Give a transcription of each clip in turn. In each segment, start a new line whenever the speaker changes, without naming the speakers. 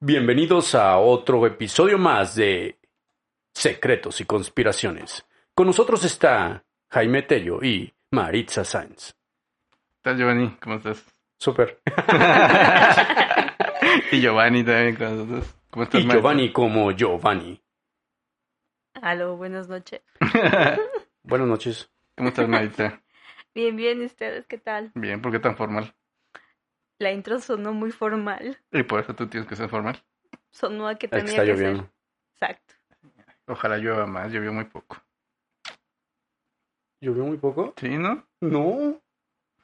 Bienvenidos a otro episodio más de Secretos y Conspiraciones. Con nosotros está Jaime Tello y Maritza Sáenz.
¿Qué tal, Giovanni? ¿Cómo estás?
Súper.
y Giovanni también con nosotros. ¿Cómo estás,
Y
Maritza?
Giovanni como Giovanni.
Aló, buenas noches.
Buenas noches.
¿Cómo estás, Maritza?
Bien, bien, ¿y ustedes qué tal?
Bien, ¿por qué tan formal?
La intro sonó muy formal.
Y por eso tú tienes que ser formal.
Sonó a que
Es
tenía
que
que,
está
ser.
lloviendo.
¿eh?
Exacto.
Ojalá llueva más, llovió muy poco.
¿Llovió muy poco?
¿Sí, no?
No.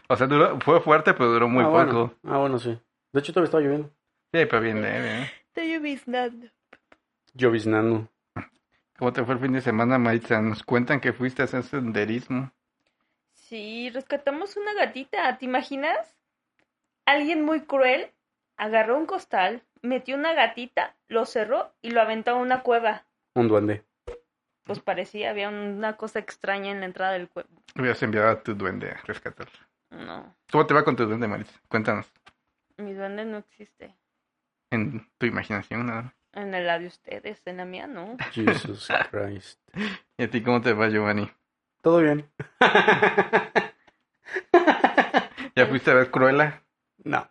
O sea, duró, fue fuerte, pero duró muy
Ah,
poco.
bueno. Ah, bueno, sí. De hecho, todavía está lloviendo.
Sí, pero bien leve, ¿eh?
Estoy lloviznando.
Lloviznando.
¿Cómo te fue el fin de semana, Maritza? Nos cuentan que fuiste a hacer senderismo.
Sí, rescatamos una gatita, ¿te imaginas? Alguien muy cruel agarró un costal, metió una gatita, lo cerró y lo aventó a una cueva.
Un duende.
Pues parecía, había una cosa extraña en la entrada del cueva.
Hubieras enviado a tu duende a rescatarla.
No,
¿Cómo te va con tu duende, Maritza? Cuéntanos.
mi duende no existe.
En tu imaginación, nada más.
En el lado de ustedes, en la mía no.
Jesus Christ.
¿Y a ti cómo te va, Giovanni?
Todo bien.
¿Ya fuiste a ver Cruella?
No.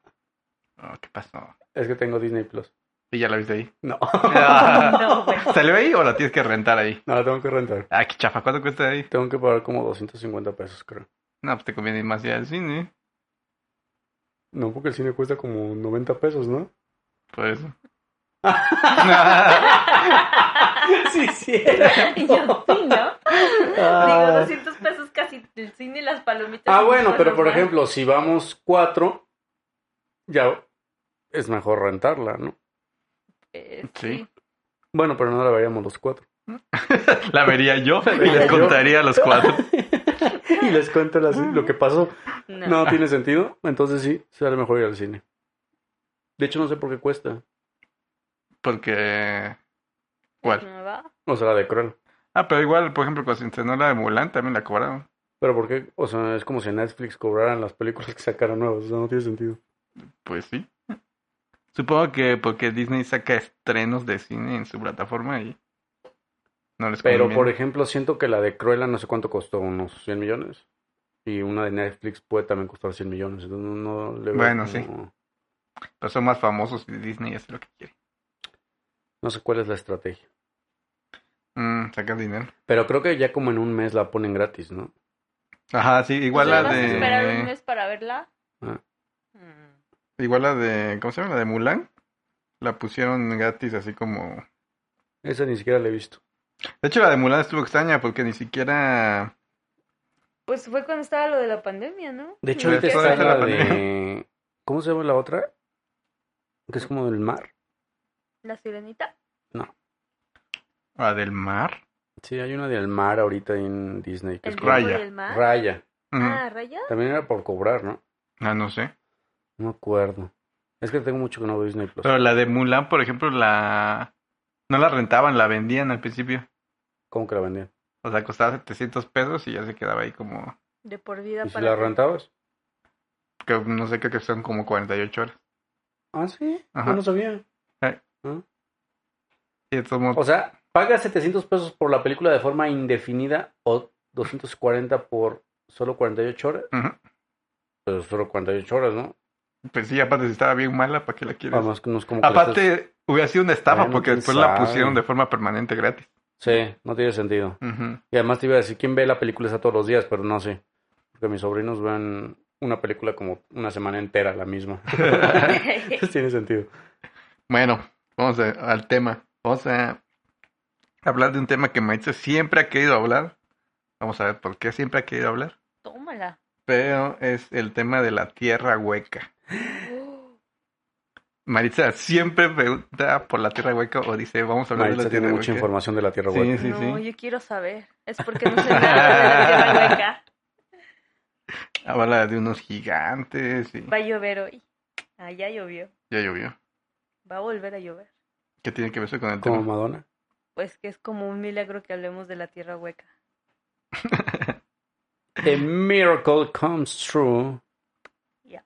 Oh, ¿Qué pasó?
Es que tengo Disney Plus.
¿Y ya la viste ahí?
No. Ah.
No, güey.
¿Salió ahí o la tienes que rentar ahí?
No, la tengo que rentar.
Ah, qué chafa, ¿cuánto cuesta ahí?
Tengo que pagar como 250 pesos, creo.
No, pues te conviene ir más allá al cine,
No, porque el cine cuesta como 90 pesos, ¿no?
por eso.
Sí, sí.
Y yo, sí, ¿no? Digo, 200 pesos casi el cine y las palomitas.
Ah,
y
bueno,
cosas
pero por
más.
ejemplo, si vamos cuatro, ya es mejor rentarla, ¿no?
Eh,
Sí.
Bueno, pero no la veríamos los cuatro.
La vería yo y
vería
les
yo.
contaría a los cuatro.
Y les cuento las- lo que pasó.
No.
No tiene sentido, entonces sí, sale mejor ir al cine. De hecho, no sé por qué cuesta.
Porque... ¿Cuál?
Nueva.
O sea, la de Cruel.
Ah, pero igual, por ejemplo, cuando se estrenó la de Mulan también la cobraron.
Pero por qué, o sea, es como si Netflix cobraran las películas que sacaron nuevas, o sea, no tiene sentido.
Pues sí. Supongo que porque Disney saca estrenos de cine en su plataforma y... No les
Pero, por
conviene.
ejemplo, siento que la de Cruella no sé cuánto costó, unos 100 millones. Y una de Netflix puede también costar 100 millones. Entonces, no, no le veo
Bueno,
como-
sí. Pero son más famosos y Disney hace lo que quiere.
No sé cuál es la estrategia.
Mm, sacas dinero.
Pero creo que ya como en un mes la ponen gratis, ¿no?
Ajá, sí, igual
Entonces,
la
¿Vas a esperar un
de...
mes para verla?
Ah.
Mm.
Igual la de... ¿Cómo se llama? La de Mulan. La pusieron gratis así como...
Esa ni siquiera la he visto.
De hecho, la de Mulan estuvo extraña porque ni siquiera.
Pues fue cuando estaba lo de la pandemia, ¿no?
De hecho,
Ni
ahorita
que-
está
Todavía
la
está la
de... ¿Cómo se llama la otra? Que es como del mar.
La sirenita.
La del mar.
Sí, hay una del mar ahorita en Disney. Que es
El
como-
Raya.
Raya. Del mar.
Raya.
Ujú.
Ah, Raya.
También era por cobrar, ¿no?
Ah, no sé.
No me acuerdo. Es que tengo mucho que no veo Disney Plus.
Pero la de Mulan, por ejemplo, la. No la rentaban, la vendían al principio.
¿Cómo que la vendían?
O sea, costaba 700 pesos y ya se quedaba ahí como.
De por vida
¿Y si
para.
la
ti.
rentabas?
Que, no sé, creo que son como 48 horas.
Ah, sí.
Ajá.
Yo no sabía.
Y de todos modos-
O sea, pagas 700 pesos por la película de forma indefinida o 240 por solo 48 horas.
Ujú.
Pero solo 48 horas, ¿no?
Pues sí, aparte, si estaba bien mala, ¿para qué la quieres?
Además, que no es como que le
aparte, hubiera sido una estafa
Bueno,
porque
quién
después la
sabe.
pusieron de forma permanente gratis.
estás- Sí, no tiene sentido.
Ujú.
Y además te iba a decir, ¿quién ve la película esa todos los días? Pero no sé. Porque mis sobrinos ven una película como una semana entera, la misma. Entonces tiene sentido.
Bueno, vamos a- al tema. Vamos a hablar de un tema que Maitza siempre ha querido hablar. Vamos a ver por qué siempre ha querido hablar.
Tómala.
Pero es el tema de la tierra hueca.
Oh,
Maritza siempre pregunta por la tierra hueca o dice, vamos a hablar de
Maritza
la
tiene
tierra
mucha
hueca.
información de la Tierra
Sí,
Hueca.
sí,
no,
sí.
yo quiero saber. Es porque no sé nada de la tierra hueca.
Habla de unos gigantes y
Va a llover hoy. Ah, ya llovió.
ya llovió.
Va a volver a llover.
¿Qué tiene que ver eso con el
Como
tema?
Madonna.
Pues que es como un milagro que hablemos de la tierra hueca.
A miracle comes true.
Ya.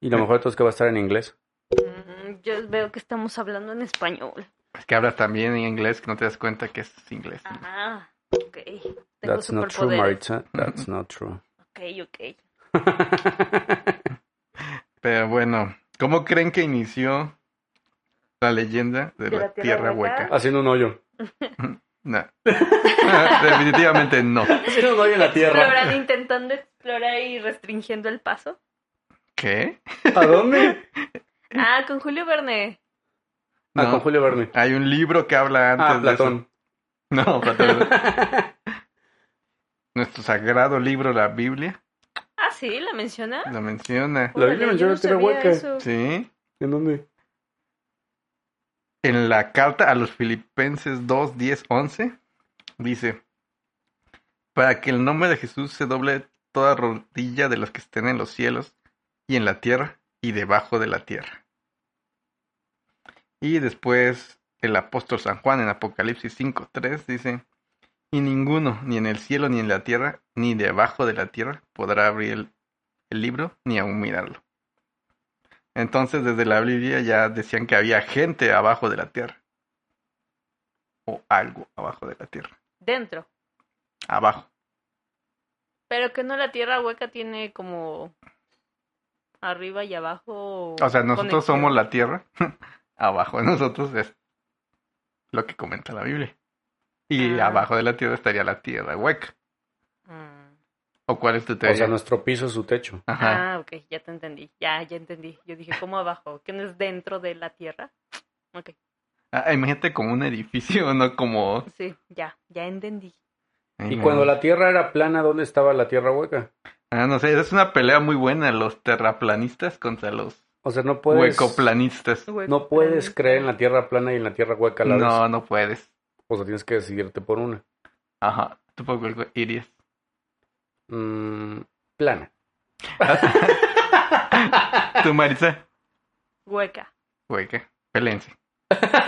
Y lo mejor de todo es que va a estar en inglés.
Mm, yo veo que estamos hablando en español.
Es que hablas también en inglés que no te das cuenta que es inglés. ¿no?
Ah, ok. Tengo
That's not true,
superpoderes.
Maritza. That's not true.
Ok, ok.
Pero bueno, ¿cómo creen que inició la leyenda de, la, Tierra, Hueca?
Haciendo un hoyo.
No. Definitivamente no.
Haciendo un hoyo en la
Explorar,
tierra.
intentando explorar y restringiendo el paso.
¿Qué?
¿A dónde?
Ah, con Julio Verne.
Ah,
No.
con Julio Verne.
Hay un libro que habla antes
Ah,
de
Platón.
eso. No, Platón. Nuestro sagrado libro, la Biblia,
Ah, sí, la menciona.
lo
La
menciona.
Órale,
Biblia
yo
menciona
no
la Tierra
sabía
Hueca.
eso.
Sí.
¿En dónde?
En la carta a los Filipenses 2, 10, 11, dice: Para que el nombre de Jesús se doble toda rodilla de los que estén en los cielos y en la tierra y debajo de la tierra. Y después el apóstol San Juan en Apocalipsis 5, 3 dice: Y ninguno, ni en el cielo, ni en la tierra, ni debajo de la tierra, podrá abrir el, el libro ni aún mirarlo. Entonces, desde la Biblia ya decían que había gente abajo de la tierra. O algo abajo de la tierra.
Dentro.
Abajo.
Pero que no la tierra hueca tiene como arriba y abajo.
O sea, nosotros
conexión.
somos la tierra. abajo de nosotros es lo que comenta la Biblia. Y
Ah.
abajo de la tierra estaría la tierra hueca.
Mm.
¿O cuál es tu
O
teoría?
sea, nuestro piso es su techo.
Ajá.
Ah, ok, ya te entendí. Ya, ya entendí. Yo dije, ¿cómo abajo? ¿Que no es dentro de la tierra? Ok,
Ah, imagínate como un edificio, no como.
sí, ya, ya entendí.
Y cuando la tierra era plana, ¿dónde estaba la tierra hueca?
Ah, no sé, es una pelea muy buena los terraplanistas contra los
O sea, no puedes.
huecoplanistas.
No puedes creer en la tierra plana y en la tierra hueca a la
No,
vez.
no puedes.
O sea, tienes que decidirte por una.
Ajá. ¿Tú por cuál irías?
Mm, plana.
¿Tú, Marisa?
Hueca.
Güey, ¿qué? Pelense.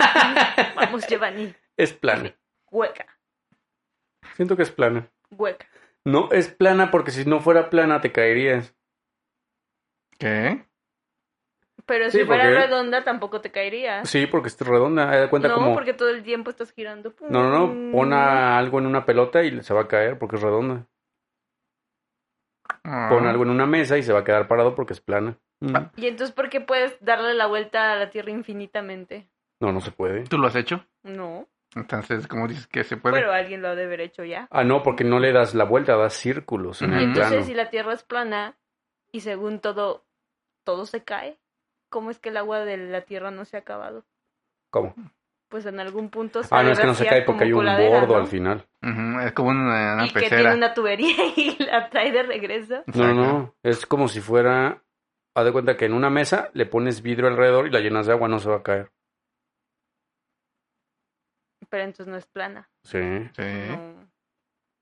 Vamos, Giovanni.
Es plana.
Hueca.
Siento que es plana.
Hueca.
No, es plana porque si no fuera plana te caerías.
¿Qué?
Pero
Sí,
si fuera
porque-
redonda tampoco te caerías.
Sí, porque es redonda. Haz de cuenta
no,
como.
porque todo el tiempo estás girando.
No, no, no. Pon a algo en una pelota y se va a caer porque es redonda.
Ah,
Pon algo en una mesa y se va a quedar parado porque es plana. Mm.
Y entonces, ¿por qué puedes darle la vuelta a la Tierra infinitamente?
No, no se puede.
¿Tú lo has hecho?
No,
Entonces, ¿cómo dices que se puede?
pero alguien lo ha de haber hecho ya.
Ah, no, porque no le das la vuelta, das círculos en
Ujú.
Y
el
entonces,
plano.
si la Tierra es plana y según todo, todo se cae, ¿cómo es que el agua de la Tierra no se ha acabado?
¿Cómo?
Pues en algún punto se
Ah,
ha
no,
de
es que no se
vaciar
cae porque hay
como
un
coladera,
bordo
¿no?
al final.
Ujú, Es como una, una
Y que
pecera.
tiene una tubería y la trae de regreso.
No, no,
Exacto.
no. Es como si fuera. Haz de cuenta que en una mesa le pones vidrio alrededor y la llenas de agua, no se va a caer.
Pero entonces no es plana.
Sí.
Sí.
no.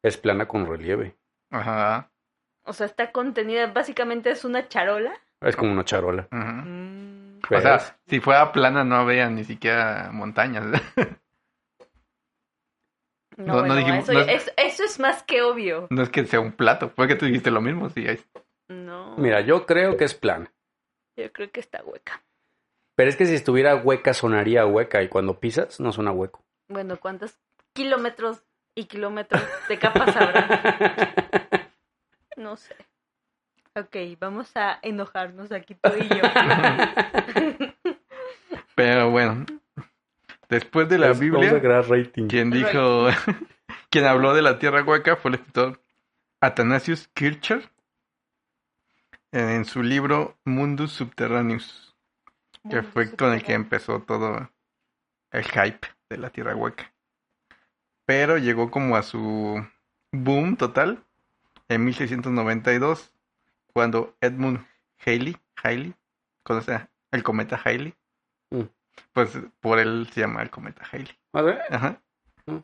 Es plana con relieve.
Ajá.
O sea, está contenida, básicamente es una charola.
Es como una charola.
ujú. O
¿Ves?
sea, si fuera plana no habría ni siquiera montañas. No,
No,
no
bueno,
dijimos-
eso,
no-
es- eso es más que obvio.
no es que sea un plato. Fue que tú dijiste lo mismo. Sí, ahí-
No,
Mira, yo creo que es plana.
yo creo que está hueca.
Pero es que si estuviera hueca, sonaría hueca. Y cuando pisas, no suena hueco.
Bueno, ¿cuántos kilómetros y kilómetros de capas habrá? No sé. Ok, vamos a enojarnos aquí tú y yo.
Pero bueno. Después de la
Es- Vamos a
Biblia,
crear rating.
quien dijo, quien habló de la tierra hueca fue el escritor Athanasius Kircher en su libro Mundus Subterraneus. que fue con el que empezó todo el hype de la Tierra Hueca. Pero llegó como a su boom total en 1692, cuando Edmund Halley, Halley, conoce el cometa Halley,
Mm.
pues por él se llama el cometa Halley.
A ver,
Ajá.
Mm.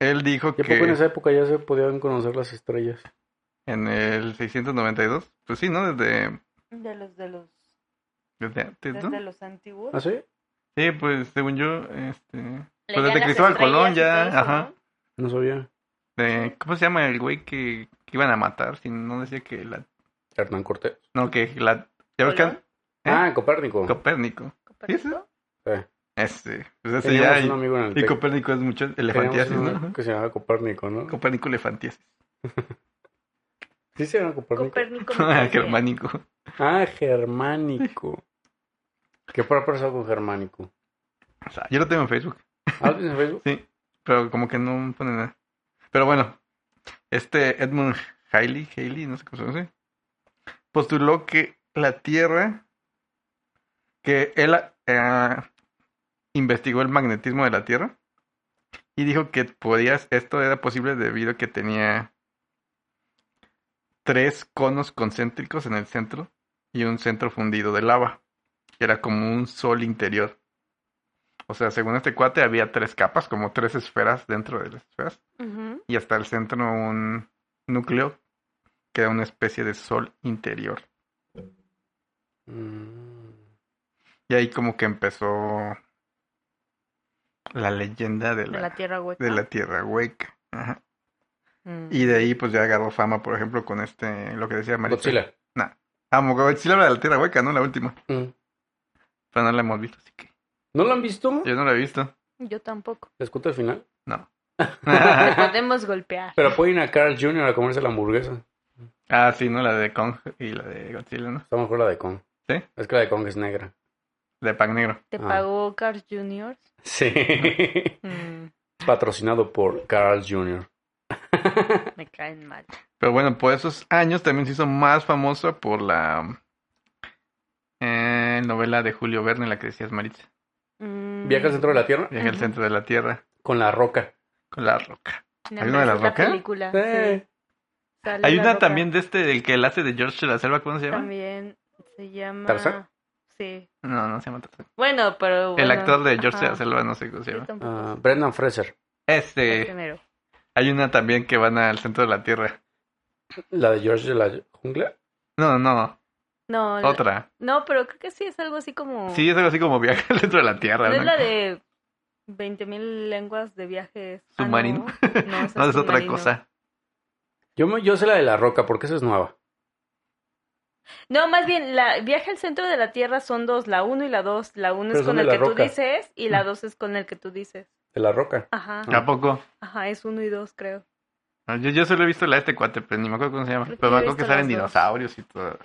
Él dijo
¿y a poco en
que
esa época ya se podían conocer las estrellas?
en el 692, pues sí, ¿no? Desde,
De los, de los,
desde antes, ¿no?
desde los antiguos.
¿Ah, sí?
Sí, pues según yo, este,
Le
pues, desde
dan las
Cristóbal Colón
estrellas y todo
ya,
eso,
ajá.
¿no?
No sabía.
de- ¿Cómo se llama el güey que, que iban a matar? Si no decía que la.
Hernán Cortés.
¿Eh? No, que la. ¿Ya ves que-
Colón.
¿Eh?
Ah, Copérnico.
Copérnico.
Copérnico?
Eh,
Este, pues ese
teníamos
ya.
un
Y,
amigo en el
y
Tec.
Copérnico es mucho
Teníamos
elefantiasis,
un
¿no?
amigo Que se llamaba Copérnico, ¿no?
Copérnico elefantiasis.
Sí se llama Copérnico.
Copérnico.
Ah,
Nicolás.
Germánico.
Ah, germánico. ¿Qué puede haber pasado con germánico?
O sea, yo lo tengo en Facebook.
¿Ah, ¿lo tienes en Facebook?
Sí, pero como que no pone nada. Pero bueno, este Edmund Haley, Haley, no sé cómo se conoce, postuló que la Tierra, que él eh, investigó el magnetismo de la Tierra y dijo que podías, esto era posible debido a que tenía tres conos concéntricos en el centro y un centro fundido de lava, que era como un sol interior. O sea, según este cuate había tres capas, como tres esferas dentro de las esferas.
Ujú.
Y hasta el centro un núcleo que era una especie de sol interior.
Mm.
Y ahí como que empezó la leyenda de
De la
la,
tierra hueca.
de la Tierra Hueca. Ajá.
Mm.
Y de ahí pues ya agarró fama, por ejemplo, con este, lo que decía María.
Godzilla.
Ah, mo- Godzilla era de la Tierra Hueca, ¿no? La última.
Mm.
Pero no la hemos visto, así que
¿No lo han visto?
yo no la he visto.
Yo tampoco.
Les cuento el final.
No.
Te podemos golpear.
Pero pueden ir a Carl Jr. a comerse la hamburguesa.
ah, sí, ¿no? La de Kong y la de Godzilla, ¿no?
Está mejor la de Kong.
¿Sí?
Es que la de Kong es negra.
De Pan Negro.
¿Te
Ah.
pagó Carl Jr.?
Sí.
Mm,
Patrocinado por Carl Jr.
me caen mal.
Pero bueno, por esos años también se hizo más famosa por la eh, novela de Julio Verne, la que decías Maritza.
Mm,
Viaja al centro de la Tierra
Viaje al
Ujú.
centro de la Tierra
con la roca.
con la roca.
no,
¿Hay una
pero
de la
esa es la
roca?
película, sí.
Eh,
Sale
Hay
la
una
roca.
también de este, del que el hace de George de la Selva, ¿cómo se llama?
También se llama...
¿Tarzán?
Sí.
No, no se llama Tarzán.
Bueno, pero...
El
bueno,
actor de George de la
ajá.
Selva, no sé cómo se
Yo
llama.
tampoco
ah,
sé.
Brendan Fraser.
El
Este,
primero.
hay una también que van al centro de la Tierra.
La de George de la jungla.
No, no,
No, la-
otra.
no, pero creo que sí es algo así como...
Sí, es algo así como viaje al centro de la Tierra.
¿No es
¿no?
la de 20.000 lenguas de viajes? Ah,
Submarino.
no. No, esa
No, es otra
submarino.
cosa.
Yo, me- yo sé la de la roca porque esa es nueva.
No, más bien, la viaje al centro de la Tierra son dos, la uno y la dos. La uno
Pero
es
son
con
de
el
la
que tú
roca.
dices y la dos es con el que tú dices.
De la roca.
Ajá,
Ah.
¿A poco?
ajá, es uno y dos, creo.
No, Yo, yo solo he visto la de este cuate, pero ni me acuerdo cómo se llama.
Creo que
Pero me
yo he
acuerdo que
visto las
salen
dos.
dinosaurios y todo.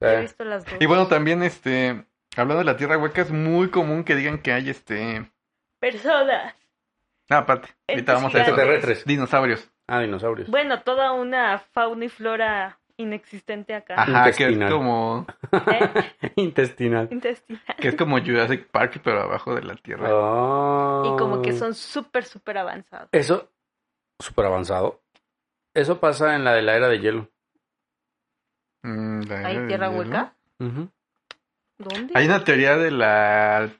Yo He
Eh,
visto las dos.
Y bueno, también, este, hablando de la tierra hueca, es muy común que digan que hay, este,
Personas.
ah, aparte, ahorita
Estos
vamos a eso.
gigantes.
extraterrestres.
Dinosaurios.
Ah, dinosaurios.
Bueno, toda una fauna y flora inexistente acá.
Ajá, que es
Intestinal.
como,
Ah.
¿eh?
Intestinal.
Intestinal.
que es como Jurassic Park, pero abajo de la tierra.
Ah.
Y como que son súper, súper avanzados.
Eso, súper avanzado. Eso pasa en la de la era de hielo.
Mm, la era
Ah,
¿Hay
de
tierra
hielo.
hueca?
Ujú.
¿Dónde?
Hay una teoría de la,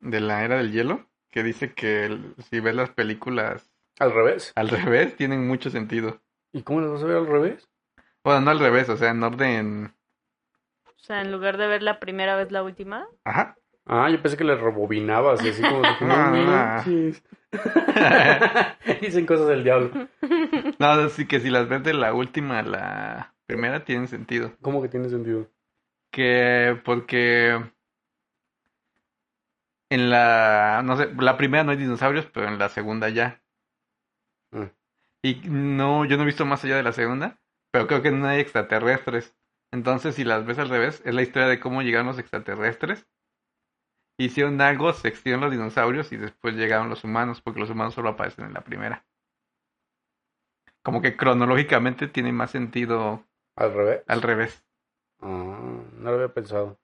de la era del hielo, que dice que el- si ves las películas
Al revés.
al revés, tienen mucho sentido.
¿Y cómo las vas a ver al revés?
Bueno, no al revés, o sea, en orden,
O sea, en lugar de ver la primera vez la última.
ajá.
Ah, yo pensé que le rebobinabas, así como de que, no
Ah.
manches. Dicen cosas del diablo.
No, así que si las ves de la última a la primera tienen sentido.
¿Cómo que tiene sentido?
Que porque en la, no sé, la primera no hay dinosaurios, pero en la segunda ya.
Mm.
Y no, yo no he visto más allá de la segunda, pero creo que no hay extraterrestres. Entonces, si las ves al revés, es la historia de cómo llegaron los extraterrestres. Hicieron algo, se extinguieron los dinosaurios y después llegaron los humanos, porque los humanos solo aparecen en la primera. Como que cronológicamente tiene más sentido
¿Al revés?
al revés.
Ah, no lo había pensado.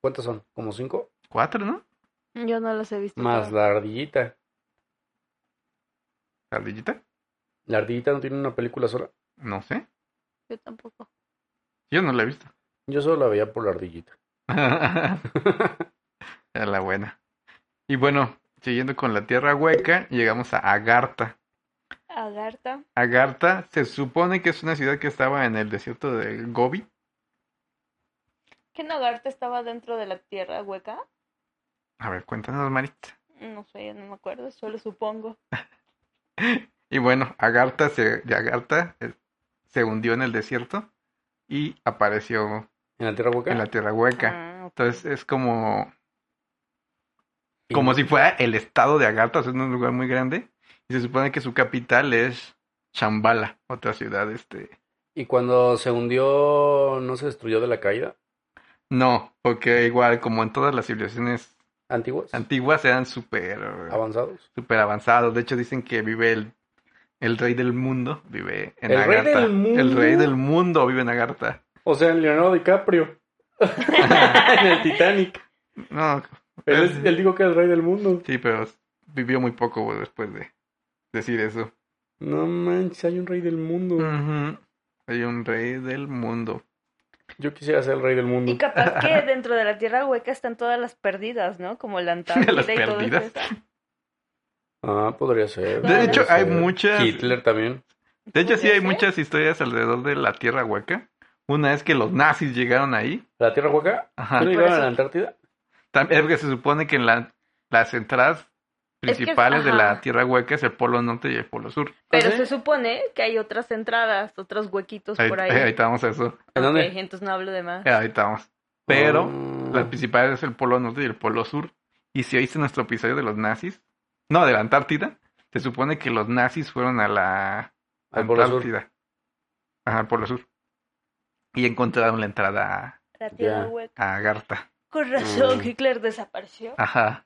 ¿Cuántas son? ¿Como cinco?
Cuatro, ¿no?
Yo no las he visto.
Más la ardillita.
¿Ardillita?
¿La ardillita no tiene una película sola?
No sé.
Yo tampoco.
Yo no la he visto.
Yo solo la veía por la ardillita.
Era la buena. Y bueno, siguiendo con la Tierra Hueca, llegamos a Agartha.
Agartha.
Agartha se supone que es una ciudad que estaba en el desierto del Gobi.
¿Qué Agartha estaba dentro de la tierra hueca?
A ver, cuéntanos, Maritza.
No sé, no me acuerdo, solo supongo.
Y bueno, Agartha se, de Agartha eh, se hundió en el desierto y apareció
¿En la Tierra Hueca?
en la Tierra Hueca. eh,
Ah, ok.
Entonces es como Como si fuera el estado de Agartha, o sea, es un lugar muy grande. Y se supone que su capital es Shambhala, otra ciudad, este.
Y cuando se hundió, ¿no se destruyó de la caída?
No, porque igual, como en todas las civilizaciones
¿Antiguos?
antiguas, eran súper
¿Avanzados?
super avanzados. De hecho, dicen que vive el, el rey del mundo, vive en
¿El rey
Agartha.
del mundo?
El rey del mundo vive en Agartha.
O sea, en Leonardo DiCaprio. en el Titanic.
No,
Él, es- él dijo que es el rey del mundo.
sí, pero vivió muy poco güey, después de decir eso.
No manches, hay un rey del mundo.
Mm. Ujú. Hay un rey del mundo.
Yo quisiera ser el rey del mundo.
Y capaz que dentro de la tierra hueca están todas las perdidas, ¿no? Como la Antártida
Las
y todo
perdidas.
eso.
Ah, podría ser.
De
podría
hecho,
hay
ser.
muchas-
Hitler también.
De hecho, sí
Podría
hay
ser.
muchas historias alrededor de la Tierra Hueca. Una es que los nazis llegaron ahí.
¿La Tierra Hueca?
Ajá.
¿No
por
llegaron a
eso-
la Antártida?
Tam- Es que se supone que en la- las entradas
Es que-
principales de la
ajá.
Tierra Hueca es el Polo Norte y el Polo Sur.
Pero
¿Ah, sí?
se supone que hay otras entradas, otros huequitos
Ahí-
Pues por
eh,
ahí.
ahorita vamos a eso.
¿En dónde?
Ok, entonces no hablo de más.
Eh, ahorita vamos. Pero
Ah.
las principales es el Polo Norte y el Polo Sur. Y si oíste nuestro episodio de los nazis, no, de la Antártida, se supone que los nazis fueron a la
Al Polo Sur.
Antártida. Ajá, al Polo Sur. Y encontraron la entrada
La tierra
Ya.
hueca.
a Agartha.
Con razón,
Mm.
Hitler desapareció.
Ajá.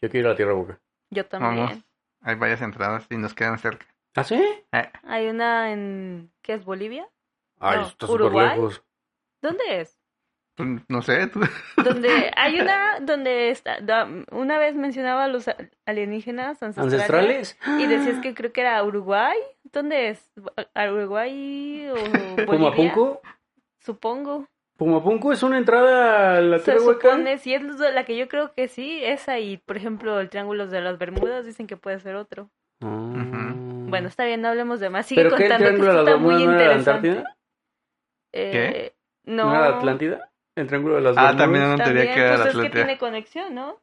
Yo quiero ir a la Tierra Hueca.
Yo también.
Vamos. Hay varias entradas y nos quedan cerca.
¿Ah, sí?
Hay una en... ¿Qué es? ¿Bolivia?
Ay,
No,
está súper
¿Uruguay?
lejos.
¿Dónde es?
Pues, No sé, tú.
Donde hay una... Donde está... da- Una vez mencionaba a los a- alienígenas ancestrales.
¿Ancestrales?
Y
Ah.
decías que creo que era Uruguay. ¿Dónde es? ¿A- ¿Uruguay o Bolivia?
¿Pumapunco?
Supongo.
¿Pumapunco es una entrada a la
Se
Tierra Hueca?
supone, si es la que yo creo que sí, esa y, por ejemplo, el Triángulo de las Bermudas, dicen que puede ser otro.
Ah.
Ujú.
Bueno, está bien, no hablemos de más. Sigue
Mm. ¿Pero qué? ¿El
contando que
Triángulo
esto
de
está
las
muy
Bermudas no era la
interesante.
Antártida?
Eh,
¿No,
No.
era la Atlántida? ¿El Triángulo de las
Ah,
Bermudas?
también era una
También,
teoría que era
pues
la
es que
Atlántida.
tiene conexión, ¿no?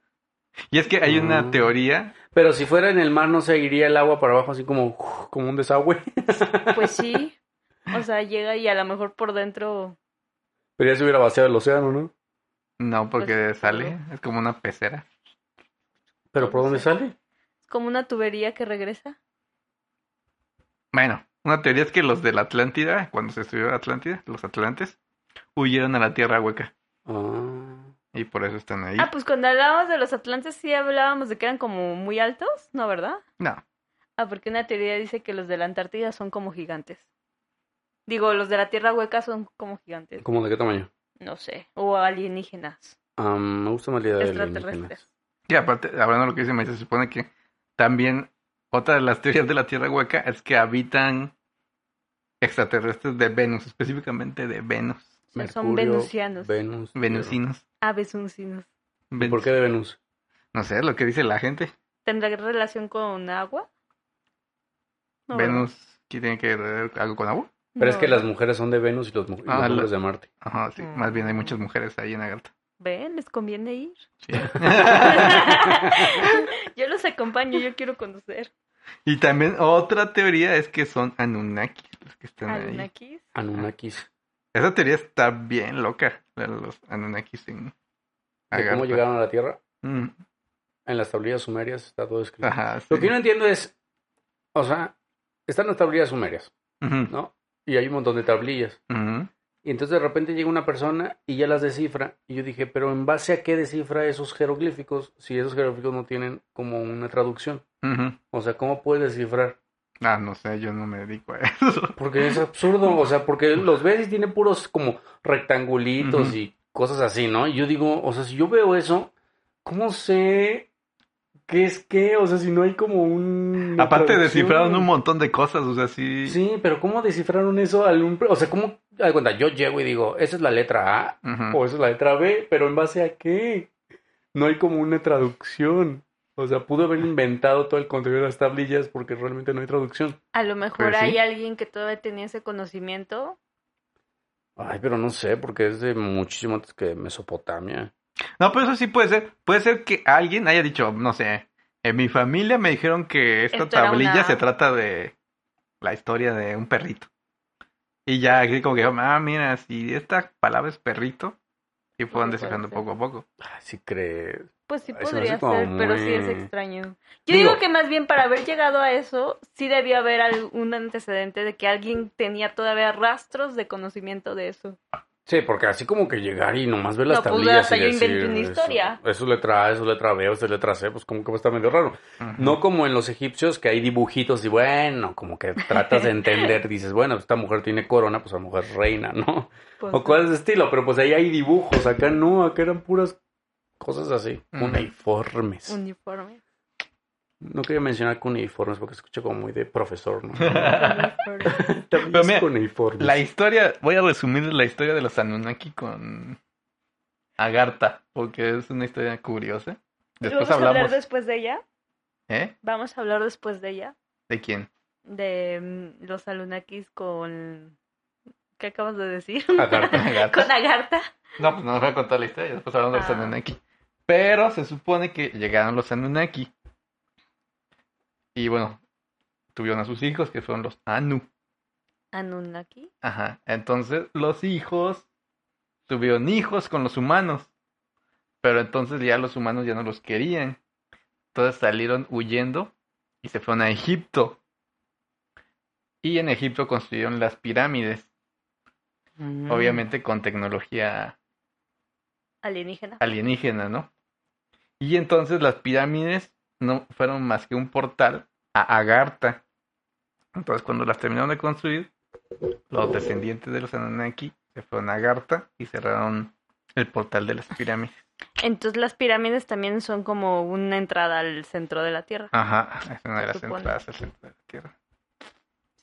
Y es que hay una
Ah.
teoría.
Pero si fuera en el mar, ¿no se iría el agua para abajo así como, como un desagüe?
Pues sí. O sea, llega y a lo mejor por dentro.
Pero ya se hubiera vaciado el océano, ¿no?
No, porque
Pues,
sale. Es como una pecera.
¿Pero por
No
dónde
sé.
sale?
Es como una tubería que regresa.
Bueno, una teoría es que los de la Atlántida, cuando se estudió la Atlántida, los atlantes, huyeron a la Tierra Hueca.
Ah.
Y por eso están ahí.
Ah, pues cuando hablábamos de los Atlantes sí hablábamos de que eran como muy altos, ¿no, verdad?
No.
Ah, porque una teoría dice que los de la Antártida son como gigantes. Digo, los de la Tierra Hueca son como gigantes.
¿Cómo de qué tamaño?
No sé. O alienígenas.
Ah, me gusta más la idea de
Extraterrestres.
Y aparte, hablando de lo que dice Maite, se supone que también otra de las teorías de la Tierra Hueca es que habitan extraterrestres de Venus, específicamente de Venus.
O sea, son
Mercurio,
venusianos.
Venus.
Venusinos.
Avesuncinos.
¿Y ¿Por
Venus.
qué de Venus?
No sé, lo que dice la gente.
¿Tendrá relación con agua? No, ¿verdad?
Venus, ¿qué tiene que ver algo con agua?
Pero es
No,
que las
¿verdad?
mujeres son de Venus y los, mu- y los
Ah, la-
hombres de Marte.
Ajá, sí. Más bien hay
Mm.
muchas mujeres ahí en Agartha.
Ven, les conviene ir.
Sí.
yo los acompaño, yo quiero conocer.
y también otra teoría es que son Anunnaki los que están ahí.
Anunnakis.
Anunnakis.
Esa teoría está bien loca, la de los Anunnakis en
¿De cómo
Agartha.
llegaron a la Tierra?
Mm,
En las tablillas sumerias está todo escrito.
Ajá, sí.
Lo que yo no entiendo es, o sea, están las tablillas sumerias,
Ujú,
¿no? Y hay un montón de tablillas.
ujú.
Y entonces de repente llega una persona y ya las descifra. Y yo dije, pero ¿en base a qué descifra esos jeroglíficos si esos jeroglíficos no tienen como una traducción?
Ujú.
O sea, ¿cómo puede descifrar?
Ah, no sé, yo no me dedico a eso.
Porque es absurdo, o sea, porque los ves y tiene puros como rectangulitos
Ujú.
y cosas así, ¿no? Y yo digo, o sea, si yo veo eso, ¿cómo sé qué es qué? O sea, si no hay como un... una
Aparte
traducción.
descifraron un montón de cosas, o sea, sí.
Sí, pero ¿cómo descifraron eso? al un- O sea, ¿cómo... haz de cuenta, yo llego y digo, esa es la letra A
Ujú.
o esa es la letra B, pero ¿en base a qué? No hay como una traducción. O sea, pudo haber inventado todo el contenido de las tablillas porque realmente no hay traducción.
A lo mejor
Pues sí.
hay alguien que todavía tenía ese conocimiento.
Ay, pero no sé, porque es de muchísimo antes que Mesopotamia.
No, pero eso sí puede ser. Puede ser que alguien haya dicho, no sé, en mi familia me dijeron que esta
Esto era
tablilla
una-
se trata de la historia de un perrito. Y ya aquí como que, ah, mira, si esta palabra es perrito, y fueron
puede
descifrando
ser.
poco a poco.
Ay, sí crees.
Pues sí
Ay, se me hace
podría
como
ser, pero sí es
muy-
extraño. Yo
Digo-
digo que más bien para haber llegado a eso, sí debió haber algún antecedente de que alguien tenía todavía rastros de conocimiento de eso.
Sí, porque así como que llegar y nomás ver
No,
las
pues,
tablillas
hasta
y
yo
decir,
inventé una
eso-
historia.
Eso, letra A, eso letra B, eso letra C, pues como que va a estar medio raro.
Ujú.
No como en los egipcios que hay dibujitos y bueno, como que tratas de entender, dices, bueno, esta mujer tiene corona, pues a lo mejor es reina, ¿no?
Pues,
O cosas de estilo, pero pues ahí hay dibujos, acá no, acá eran puras cosas así,
Ujú.
uniformes.
Uniforme.
No quería mencionar cuneiformes porque escucho como muy de profesor, ¿no?
uniforme.
También
Pero
es
mira,
cuneiformes.
La historia, voy a resumir la historia de los Anunnaki con Agartha, porque es una historia curiosa. Después
¿Vamos a hablar
hablamos.
después de ella?
¿Eh?
Vamos a hablar después de ella.
¿De quién?
De mm, los alunakis con... ¿Qué acabas de decir?
Agartha.
Agartha.
con Agartha.
No, pues no les voy a contar la historia, después hablamos de los
Ah.
Anunnaki. Pero se supone que llegaron los Anunnaki. Y bueno, tuvieron a sus hijos, que fueron los Anu.
Anunnaki.
Ajá. Entonces, los hijos tuvieron hijos con los humanos. Pero entonces ya los humanos ya no los querían. Entonces salieron huyendo y se fueron a Egipto. Y en Egipto construyeron las pirámides.
Mm.
Mm. Obviamente con tecnología
Alienígena.
alienígena, ¿no? Y entonces las pirámides no fueron más que un portal a Agartha. Entonces cuando las terminaron de construir, los descendientes de los Anunnaki se fueron a Agartha y cerraron el portal de las pirámides.
Entonces las pirámides también son como una entrada al centro de la Tierra.
Ajá, es una de
Se
las
supone.
entradas al centro de la Tierra.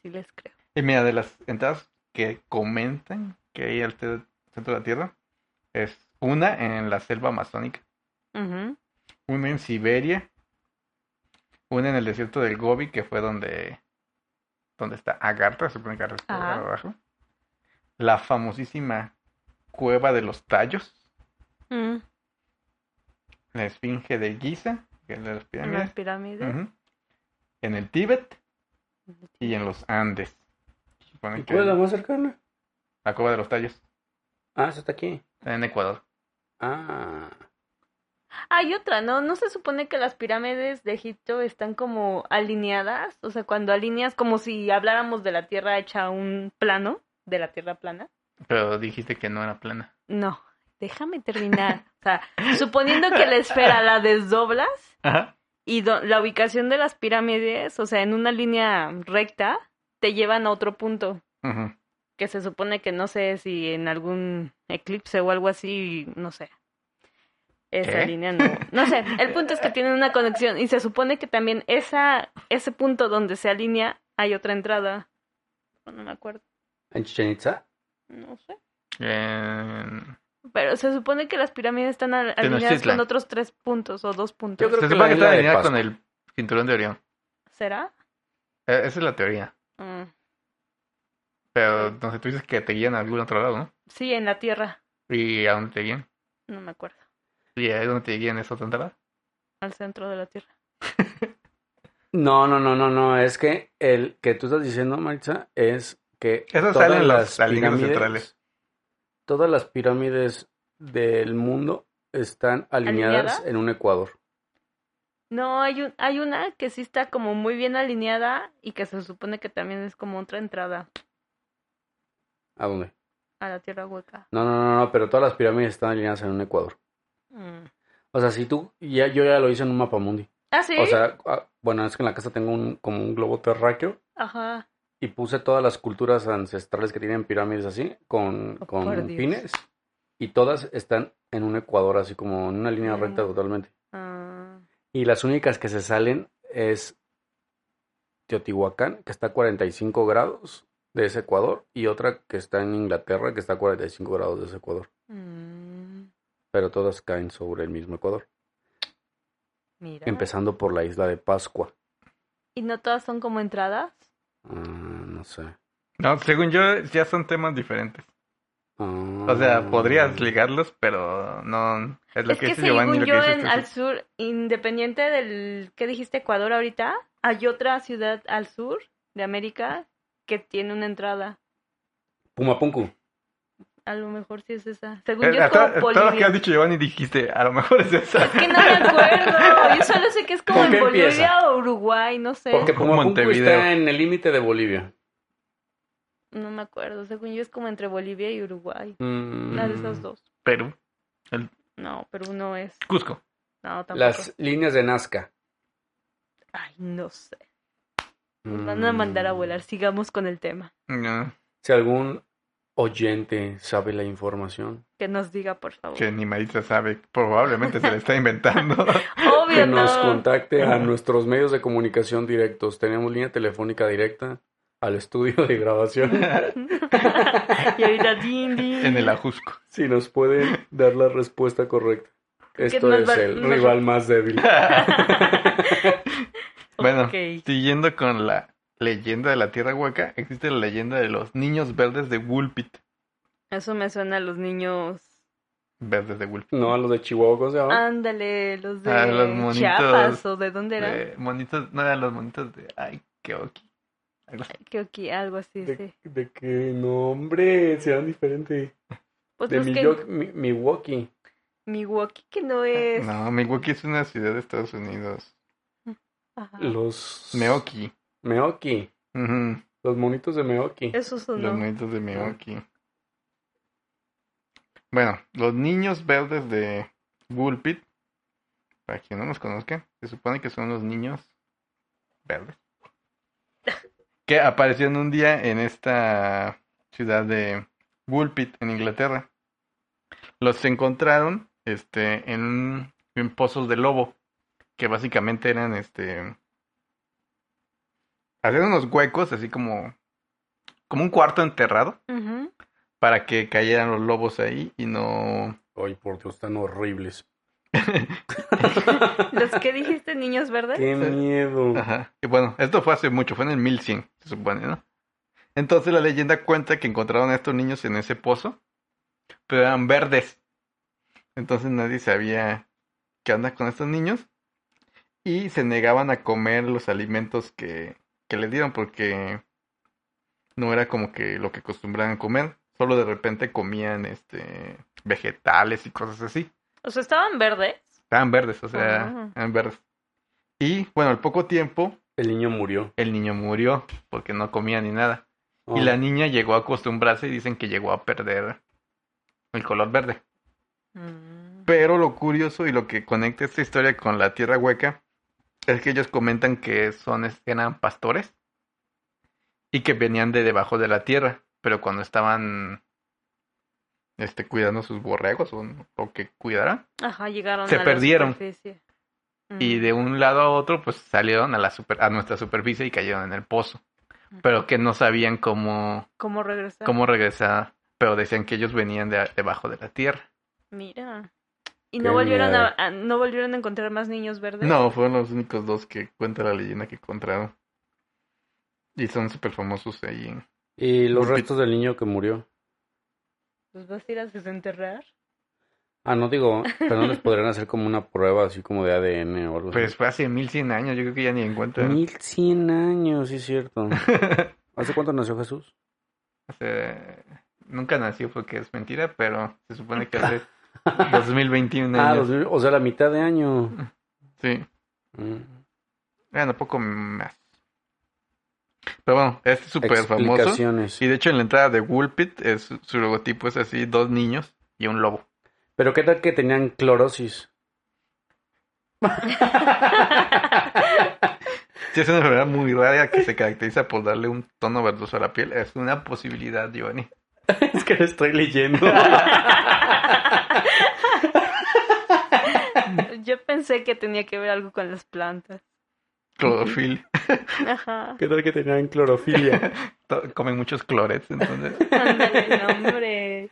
Sí les creo.
Y mira, de las entradas que comentan que hay al te- centro de la Tierra, es una en la selva amazónica.
Ujú.
una en Siberia, una en el desierto del Gobi, que fue donde, donde está Agartha, se supone que Agartha está
Ajá.
abajo. La famosísima cueva de los tallos,
Mm,
la esfinge de Giza, que es la de las
en las
pirámides,
pirámides.
ujú, en el Tíbet y en los Andes. Se supone
¿Y
que
cuál es la
la...
más cercana?
cueva de los tallos
Ah, esa está aquí.
está en Ecuador.
Ah,
Hay otra, ¿no? ¿No se supone que las pirámides de Egipto están como alineadas? O sea, cuando alineas como si habláramos de la Tierra hecha un plano, de la Tierra plana.
Pero dijiste que no era plana.
No, déjame terminar. O sea, suponiendo que la esfera la desdoblas
Ajá.
y do- la ubicación de las pirámides, o sea, en una línea recta, te llevan a otro punto.
Ujú.
que se supone que no sé si en algún eclipse o algo así, no sé. Esa
¿Qué?
línea no. No sé, el punto es que tienen una conexión y se supone que también esa ese punto donde se alinea hay otra entrada. No me acuerdo,
en Chichen Itza.
no sé.
En-
Pero se supone que las pirámides están al- alineadas
Tenochtitlan.
con otros tres puntos o dos puntos.
Yo creo
Se
que la
supone que
isla
está
de
alineada
Pascua.
con el cinturón de Orión.
¿Será?
Eh, Esa es la teoría.
Mm.
Pero entonces tú dices que te guían a algún otro lado, ¿no?
Sí, en la Tierra.
¿Y a dónde te guían?
No me acuerdo.
¿Y a dónde te guían esa otra entrada?
Al centro de la Tierra.
No, no, no, no, no. Es que el que tú estás diciendo, Maritza, es que
Eso sale en las alineas centrales.
todas las pirámides del mundo están alineadas
¿Alineadas?
en un ecuador.
No, hay, un, hay una que sí está como muy bien alineada y que se supone que también es como otra entrada.
¿A dónde?
A la tierra hueca.
No, no, no, no, pero todas las pirámides están alineadas en un ecuador.
Mm.
O sea, si tú, ya, yo ya lo hice en un mapa mundi.
Ah, sí.
O sea, ah, bueno, es que en la casa tengo un, como un globo terráqueo
Ajá.
y puse todas las culturas ancestrales que tienen pirámides así, con,
Oh,
con
por Dios.
pines, y todas están en un ecuador, así como en una línea
Mm.
recta totalmente.
Ah,
Y las únicas que se salen es Teotihuacán, que está a 45 grados de ese Ecuador, y otra que está en Inglaterra, que está a 45 grados de ese Ecuador.
mm,
Pero todas caen sobre el mismo Ecuador,
mira.
empezando por la isla de Pascua.
¿Y no todas son como entradas?
Ah, no sé.
No, según yo, ya son temas diferentes. O sea, podrías
Ah.
ligarlos, pero no. Es lo
es
que
que,
dice Giovanni.
según
Lo que
yo,
dices
en,
tú.
al sur, independiente del que dijiste Ecuador ahorita, hay otra ciudad al sur de América que tiene una entrada.
Pumapunku.
A lo mejor sí es esa. Según
Eh,
yo
a
es
to-
como
a todo lo que
Bolivia.
has dicho, Giovanni, dijiste, a lo mejor es esa.
Es que no me acuerdo. Yo solo sé que es como
¿Con
en
qué
Bolivia
empieza?
o Uruguay, no sé.
Porque Pumapunku
Montevideo.
está en el límite de Bolivia.
No me acuerdo. Según yo es como entre Bolivia y Uruguay.
Mm,
Una de esas dos.
Perú,
No, Perú no es.
Cusco.
No, tampoco.
Las líneas de Nazca.
Ay, no sé. Nos van a mandar a
Mm.
volar. Sigamos con el tema.
No,
Si algún oyente sabe la información.
Que nos diga, por favor.
que ni Maritza sabe. Probablemente se la está inventando.
Obvio
Que nos
no.
contacte a nuestros medios de comunicación directos. Tenemos línea telefónica directa al estudio de grabación.
y ahorita din, din.
en el ajusco.
Si nos pueden dar la respuesta correcta. Esto
nos
es
va-
el
nos-
rival más débil.
Bueno,
Ok.
siguiendo con la leyenda de la Tierra Hueca, existe la leyenda de los niños verdes de Woolpit.
Eso me suena a los niños.
Verdes de Woolpit.
No, a los de Chihuahua, ¿cómo se
Ah.
llama?
Ándale, los de
Ah, los monitos.
Chiapas o de dónde eran.
De monitos, no eran los monitos de ay, qué oki. Algo así.
Creo que algo así,
¿De,
sí.
de qué nombre? Serán diferentes.
Pues
De
busquen
Milwaukee- Mi- Milwaukee.
Milwaukee, que no es.
Ah, No, Milwaukee es una ciudad de Estados Unidos.
Ajá.
Los...
Meoki.
Meoki.
Ujú,
Los monitos de Meoki.
Eso
Los
sonó.
monitos de Meoki. Bueno, los niños verdes de Woolpit, para quien no los conozca, se supone que son los niños verdes. Que aparecieron un día en esta ciudad de Woolpit, en Inglaterra. Los encontraron este, en, un- en pozos de lobo, que básicamente eran este. Hacían unos huecos, así como. como un cuarto enterrado,
Ujú.
para que cayeran los lobos ahí y no.
Ay, por Dios, tan horribles.
¿Los que dijiste, niños verdes?
¡Qué miedo!
Ajá. Y bueno, esto fue hace mucho, fue en el 1100, se supone, ¿no? Entonces la leyenda cuenta que encontraron a estos niños en ese pozo, pero eran verdes. Entonces nadie sabía qué onda con estos niños y se negaban a comer los alimentos que, que les dieron porque no era como que lo que acostumbraban comer, solo de repente comían este vegetales y cosas así.
O sea, estaban verdes.
Estaban verdes, o sea,
Ah.
eran verdes. Y bueno, al poco tiempo
El niño murió.
el niño murió porque no comía ni nada. Y
Oh.
la niña llegó a acostumbrarse y dicen que llegó a perder el color verde.
Mm.
Pero lo curioso y lo que conecta esta historia con la tierra hueca es que ellos comentan que son, es- eran pastores y que venían de debajo de la tierra, pero cuando estaban este, cuidando sus borregos o, o que cuidaran,
Ajá, llegaron
Se
a la
perdieron.
superficie. Mm.
y de un lado a otro pues salieron a, la super- a nuestra superficie y cayeron en el pozo, pero que no sabían cómo,
¿Cómo regresaron?
cómo regresar, pero decían que ellos venían de debajo de la tierra.
Mira. ¿Y
Qué
no volvieron a,
miedo.
a- no volvieron a encontrar más niños verdes?
No, fueron los únicos dos que cuenta la leyenda que encontraron. Y son súper famosos ahí. en-
Y los
Porque-
restos del niño que murió.
¿Los vas a ir a desenterrar?
Ah, no digo, pero no les podrían hacer como una prueba así como de ADN o algo
Pues fue hace 1100 años, yo creo que ya ni
así.
encuentran.
1100 años, sí es cierto. ¿Hace cuánto nació Jesús?
O sea, nunca nació porque es mentira, pero se supone que hace 2021
Ah,
años.
2000, o sea, la mitad de año.
Sí,
Mm.
bueno, Eh, poco más. Pero bueno, este es súper famoso.
Mm. Explicaciones.
Y de hecho en la entrada de Woolpit, es, su logotipo es así, dos niños y un lobo.
Pero ¿qué tal que tenían clorosis?
Sí, es una enfermedad muy rara que se caracteriza por darle un tono verdoso a la piel. Es una posibilidad, Giovanni.
es que lo estoy leyendo.
Yo pensé que tenía que ver algo con las plantas.
Clorofil.
Ajá.
¿Qué tal que tenían clorofilia?
To- Comen muchos clorets, entonces.
Ándale, no, hombre.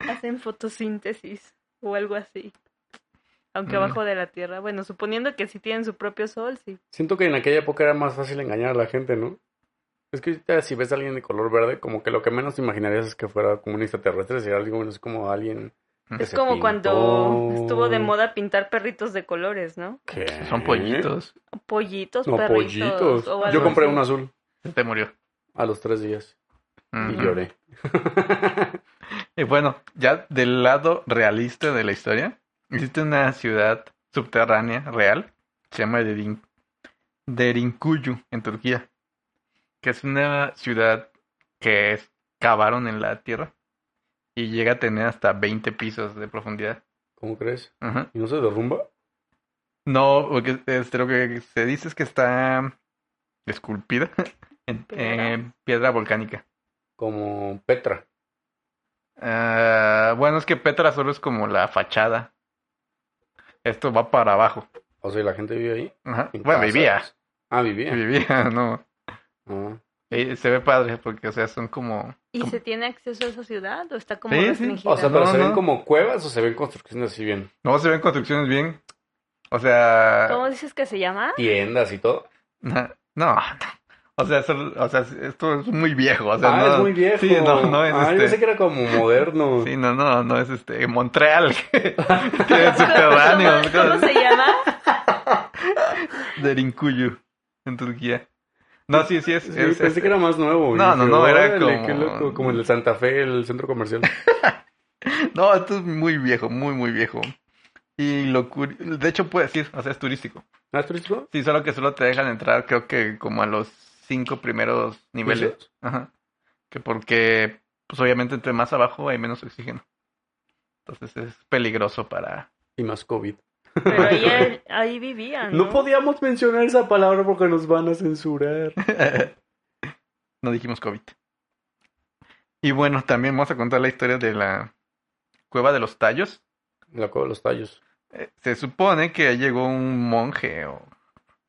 Hacen fotosíntesis o algo así. Aunque
Mm.
abajo de la tierra. Bueno, suponiendo que sí tienen su propio sol, sí.
Siento que en aquella época era más fácil engañar a la gente, ¿no? Es que ahorita si ves a alguien de color verde, como que lo que menos te imaginarías es que fuera como un extraterrestre, sería algo menos como alguien. que
Es
se
como
pintó.
cuando estuvo de moda pintar perritos de colores, ¿no?
¿Qué?
Son pollitos.
Pollitos,
No,
perritos.
pollitos.
o algo
Yo compré
así.
un azul
Se te murió.
a los tres días
Ujú.
y lloré.
Y bueno, ya del lado realista de la historia, existe una ciudad subterránea real, se llama Derin Derinkuyu, en Turquía, que es una ciudad que es- cavaron en la tierra y llega a tener hasta 20 pisos de profundidad.
¿Cómo crees?
Ajá.
¿Y no se derrumba?
No, porque este, lo que se dice es que está esculpida en,
Piedra.
en piedra volcánica.
Como Petra.
Ah, bueno, es que Petra solo es como la fachada. Esto va para abajo.
O sea, ¿y la gente vive ahí.
Ajá.
¿En
Bueno,
casas?
vivía,
Ah, vivía.
vivía, no.
Ah.
Eh, se ve padre porque, o sea, son como...
¿Y se tiene acceso a esa ciudad o está como
Sí, sí.
restringida?
O sea, pero
No,
se ven
no.
como cuevas o se ven construcciones así bien.
No, se ven construcciones bien. O sea...
¿Cómo dices que se llama?
Tiendas y todo.
No, no. O sea, son- o sea, esto es muy viejo. O sea,
ah,
no,
es muy viejo.
Sí, no, no es
ah, yo
este.
pensé que era como moderno.
Sí, no, no, no es este Montreal, que es subterráneo,
¿Cómo, cómo se llama?
de Rincuyu, en Turquía. No, sí, sí, es.
Sí, pues,
es-
pensé
es-
que era más nuevo.
No,
Y
no,
dije,
no, era
"Órale,
como-
qué loco", como el de Santa Fe, el centro comercial.
No, esto es muy viejo, muy, muy viejo. Y lo curi- De hecho, puedes ir, o sea, es turístico.
¿Ah, es turístico?
Sí, solo que solo te dejan entrar, creo que como a los cinco primeros niveles.
¿Pisos?
Ajá. Que porque, pues obviamente, entre más abajo hay menos oxígeno. Entonces es peligroso para.
Y más COVID.
Pero ahí, ahí vivían.
No podíamos mencionar esa palabra porque nos van a censurar.
No dijimos COVID. Y bueno, también vamos a contar la historia de la cueva de los tallos.
La cueva de los tallos.
Eh, se supone que ahí llegó un monje o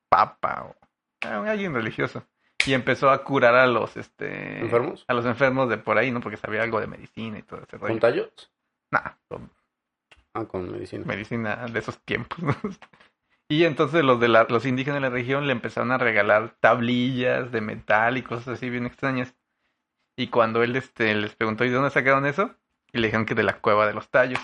papa o ah, alguien religioso y empezó a curar a los este
¿Enfermos?
a los enfermos de por ahí, ¿no? Porque sabía algo de medicina y todo ese rollo.
¿Con tallos?
Nah, con
Ah, con medicina.
medicina de esos tiempos. y entonces los de la- los indígenas de la región le empezaron a regalar tablillas de metal y cosas así bien extrañas. Y cuando él este, les preguntó, ¿y de dónde sacaron eso? Y le dijeron que de la cueva de los tallos.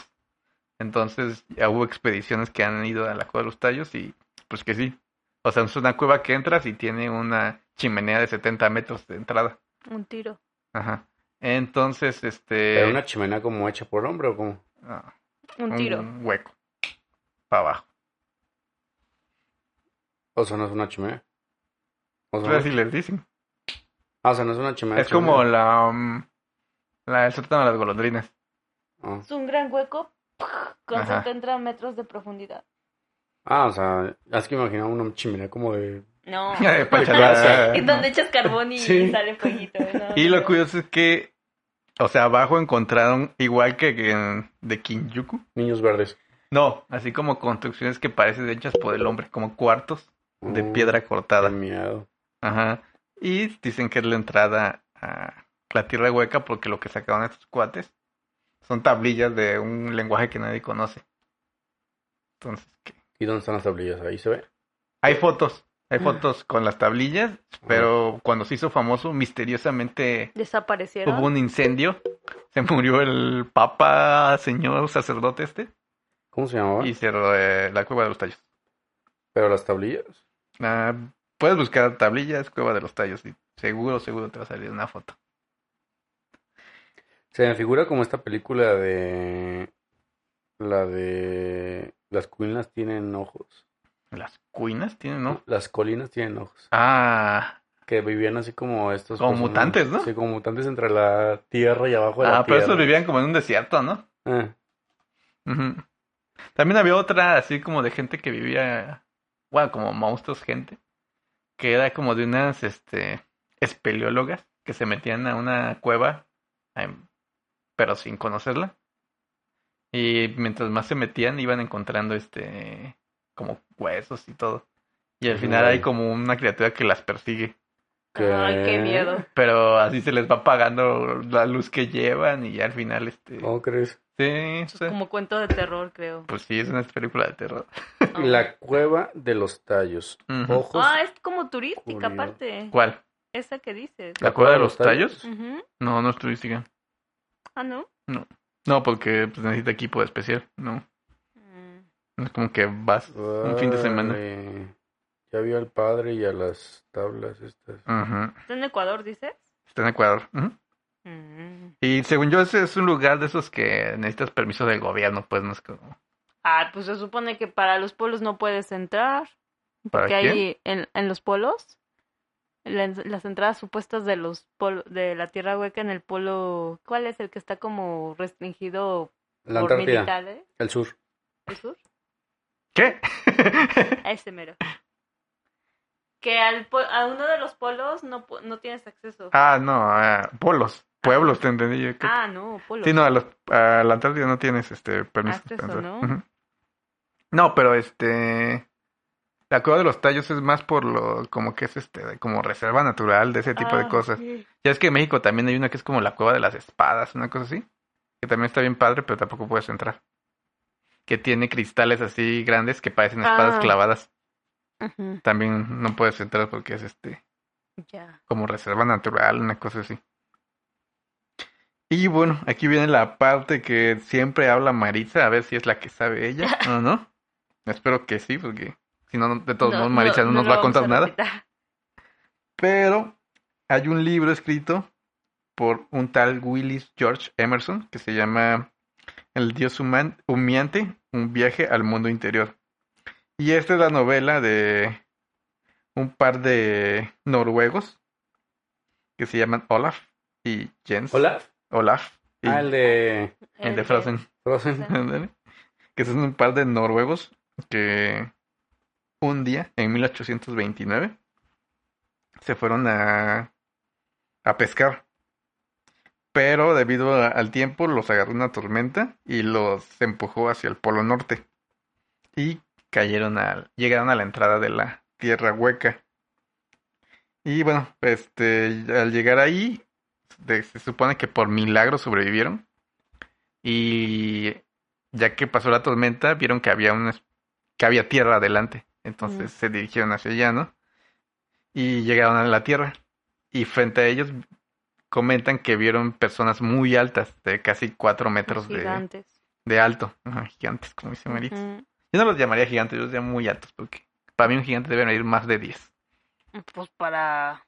Entonces ya hubo expediciones que han ido a la cueva de los tallos y pues que sí. O sea, es una cueva que entras y tiene una chimenea de 70 metros de entrada.
Un tiro.
Ajá. Entonces, este...
¿Era una chimenea como hecha por hombre o como?
ah,
Un tiro.
Un hueco. Para abajo.
O sea, no es una chimenea. O sea,
Pues así les dicen.
ah, o sea, no es una chimenea.
Es como
chimenea.
la, mm, la el sótano de las golondrinas.
Ah.
Es un gran hueco con
Ajá.
70 metros de profundidad.
Ah, o sea, es que imaginaba una chimenea como de...
No.
Eh, pa'
Gracias.
charlar.
Es donde echas carbón y
Sí.
sale fueguito. ¿eh? ¿no?
Y lo curioso es que, o sea, abajo encontraron igual que, que en- de Kinjuku.
Niños verdes.
No, así como construcciones que parecen hechas por el hombre, como cuartos de
Oh,
piedra
qué
cortada.
miedo.
Ajá. Y dicen que es la entrada a la tierra hueca porque lo que sacaron estos cuates son tablillas de un lenguaje que nadie conoce. Entonces, ¿qué?
¿Y dónde están las tablillas? Ahí se ve.
Hay fotos, hay fotos con las tablillas, pero cuando se hizo famoso, misteriosamente
Desaparecieron.
hubo un incendio, se murió el papa, señor, sacerdote este,
¿Cómo se llamaba?
y se eh, la cueva de los tallos.
Pero las tablillas.
Ah, puedes buscar tablillas, cueva de los tallos, y seguro, seguro te va a salir una foto.
Se me figura como esta película de... La de... Las colinas tienen ojos.
Las cuinas tienen, ¿no?
Las colinas tienen ojos.
Ah,
Que vivían así como estos...
Como
personajes.
mutantes, ¿no?
Sí, como mutantes entre la tierra y abajo de la
ah, pero
tierra.
estos vivían como en un desierto, ¿no?
Ah,
Ujú. También había otra así como de gente que vivía, bueno, como monstruos gente, que era como de unas este espeleólogas que se metían a una cueva, em, pero sin conocerla. Y mientras más se metían iban encontrando este como huesos y todo. Y al final hay
Ujú.
como una criatura que las persigue,
que-
Ay, qué miedo.
pero así se les va apagando la luz que llevan y al final este
¿Cómo crees?
sí, o
Eso
sea,
es como cuento de terror, creo.
pues sí es una película de terror.
La cueva de los tallos.
Ujú.
Ojos.
Ah, es como turística
Curioso.
aparte.
¿Cuál?
Esa que dices.
¿La cueva de los tallos?
Ujú.
No, no es turística.
Ah, ¿no?
No, porque pues, necesita equipo especial. No,
Mm.
no es como que vas un fin de semana.
Órale. Ya vi al padre y a las tablas estas.
Ajá.
¿Está en Ecuador, dices?
Está en Ecuador. Ujú.
Mm.
Y según yo, ese es un lugar de esos que necesitas permiso del gobierno, pues no es como.
Ah, pues se supone que para los polos no puedes entrar.
¿Para
Porque
quién?
hay en, en los polos, la- las entradas supuestas de los polo- de la Tierra Hueca en el polo, ¿cuál es el que está como restringido
La
por
Antártida,
militares?
el sur.
¿El sur?
¿Qué?
A ese mero. Que al po- a uno de los polos no, pu- no tienes acceso. Ah,
ah, no, ah, polos, pueblos, te entendí yo. que-
no, polos.
Sí, no, a, los- a la Antártida no tienes este permiso. para
Acceso,
entrar.
Ah, ¿no?
Ujú. No, pero este la cueva de los tallos es más por lo como que es este como reserva natural de ese tipo de
Ah,
cosas.
sí.
Ya es que en México también hay una que es como la cueva de las espadas, una cosa así, que también está bien padre, pero tampoco puedes entrar. Que tiene cristales así grandes que parecen espadas
Ah.
clavadas.
Ujú,
También no puedes entrar porque es este
Ya.
como reserva natural, una cosa así. Y bueno, aquí viene la parte que siempre habla Maritza, a ver si es la que sabe ella o no. Espero que sí, porque si no, no- de todos modos, Maritza no, nos
lo
va a
vamos
contar nada.
repitar.
Pero hay un libro escrito por un tal Willis George Emerson que se llama El dios human- humeante, un viaje al mundo interior. Y esta es la novela de un par de noruegos que se llaman Olaf y Jens.
¿Hola?
Olaf y
Ah, el de
el de
El-
Frozen.
Frozen.
Ándale. Que son un par de noruegos que un día, en 1829, se fueron a, a pescar. Pero debido a- al tiempo los agarró una tormenta y los empujó hacia el polo norte. Y cayeron al, llegaron a la entrada de la tierra hueca. Y bueno, este, al llegar ahí, de- se supone que por milagro sobrevivieron. Y ya que pasó la tormenta, vieron que había una, es- que había tierra adelante. Entonces se dirigieron hacia allá, ¿no? Y llegaron a la tierra. Y frente a ellos comentan que vieron personas muy altas, de casi cuatro metros de,
Gigantes.
de alto. Ajá, gigantes, como dice Maritza.
Ujú.
Yo no los llamaría gigantes, yo los llamo muy altos, porque para mí un gigante debe medir más de 10.
Pues para.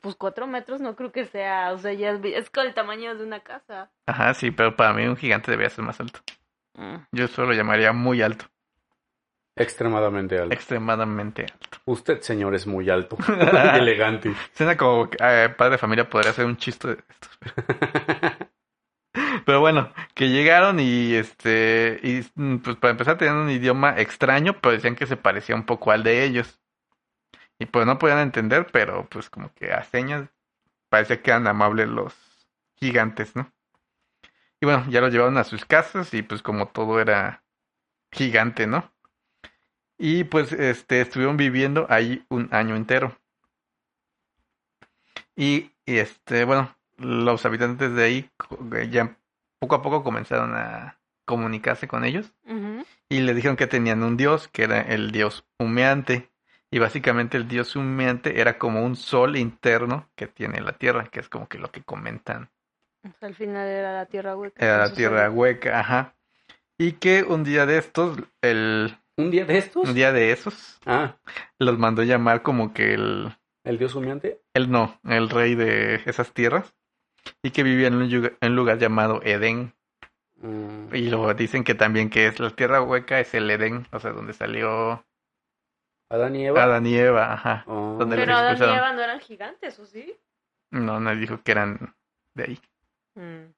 Pues cuatro metros no creo que sea. O sea, ya es, vi- es con el tamaño de una casa.
Ajá, sí, pero para mí un gigante debería ser más alto. Yo solo lo llamaría muy alto,
Extremadamente alto.
extremadamente alto.
Usted, señor, es muy alto y elegante.
Suena como que, eh, padre de familia podría ser un chiste de estos. Pero bueno, que llegaron y este, y mm, pues para empezar tenían un idioma extraño, pero decían que se parecía un poco al de ellos. Y pues no podían entender, pero pues como que a señas parecía que eran amables los gigantes, ¿no? Y bueno, ya los llevaron a sus casas y pues como todo era gigante, ¿no? Y pues este, estuvieron viviendo ahí un año entero. Y y, este, bueno, los habitantes de ahí co- eh, ya poco a poco comenzaron a comunicarse con ellos
Ujú.
y les dijeron que tenían un dios, que era el dios humeante. Y básicamente el dios humeante era como un sol interno que tiene la tierra, que es como que lo que comentan
O sea, al final era la tierra pues, hueca.
era
con
la
sus
tierra
orígenes.
hueca, ajá. Y que un día de estos, el
¿Un día de estos?
un día de esos,
Ah,
los mandó llamar como que el,
el dios humeante.
el no, el rey de esas tierras, y que vivía en un yuga- en un lugar llamado Edén.
Mm,
Y luego dicen que también que es la tierra hueca, es el Edén, o sea, donde salió
Adán y Eva.
Adán y Eva, ajá.
Oh.
¿Dónde
Pero
los
Adán y
expulsaron.
Eva no eran gigantes, ¿o sí?
No, nadie dijo que eran de ahí.
Mm.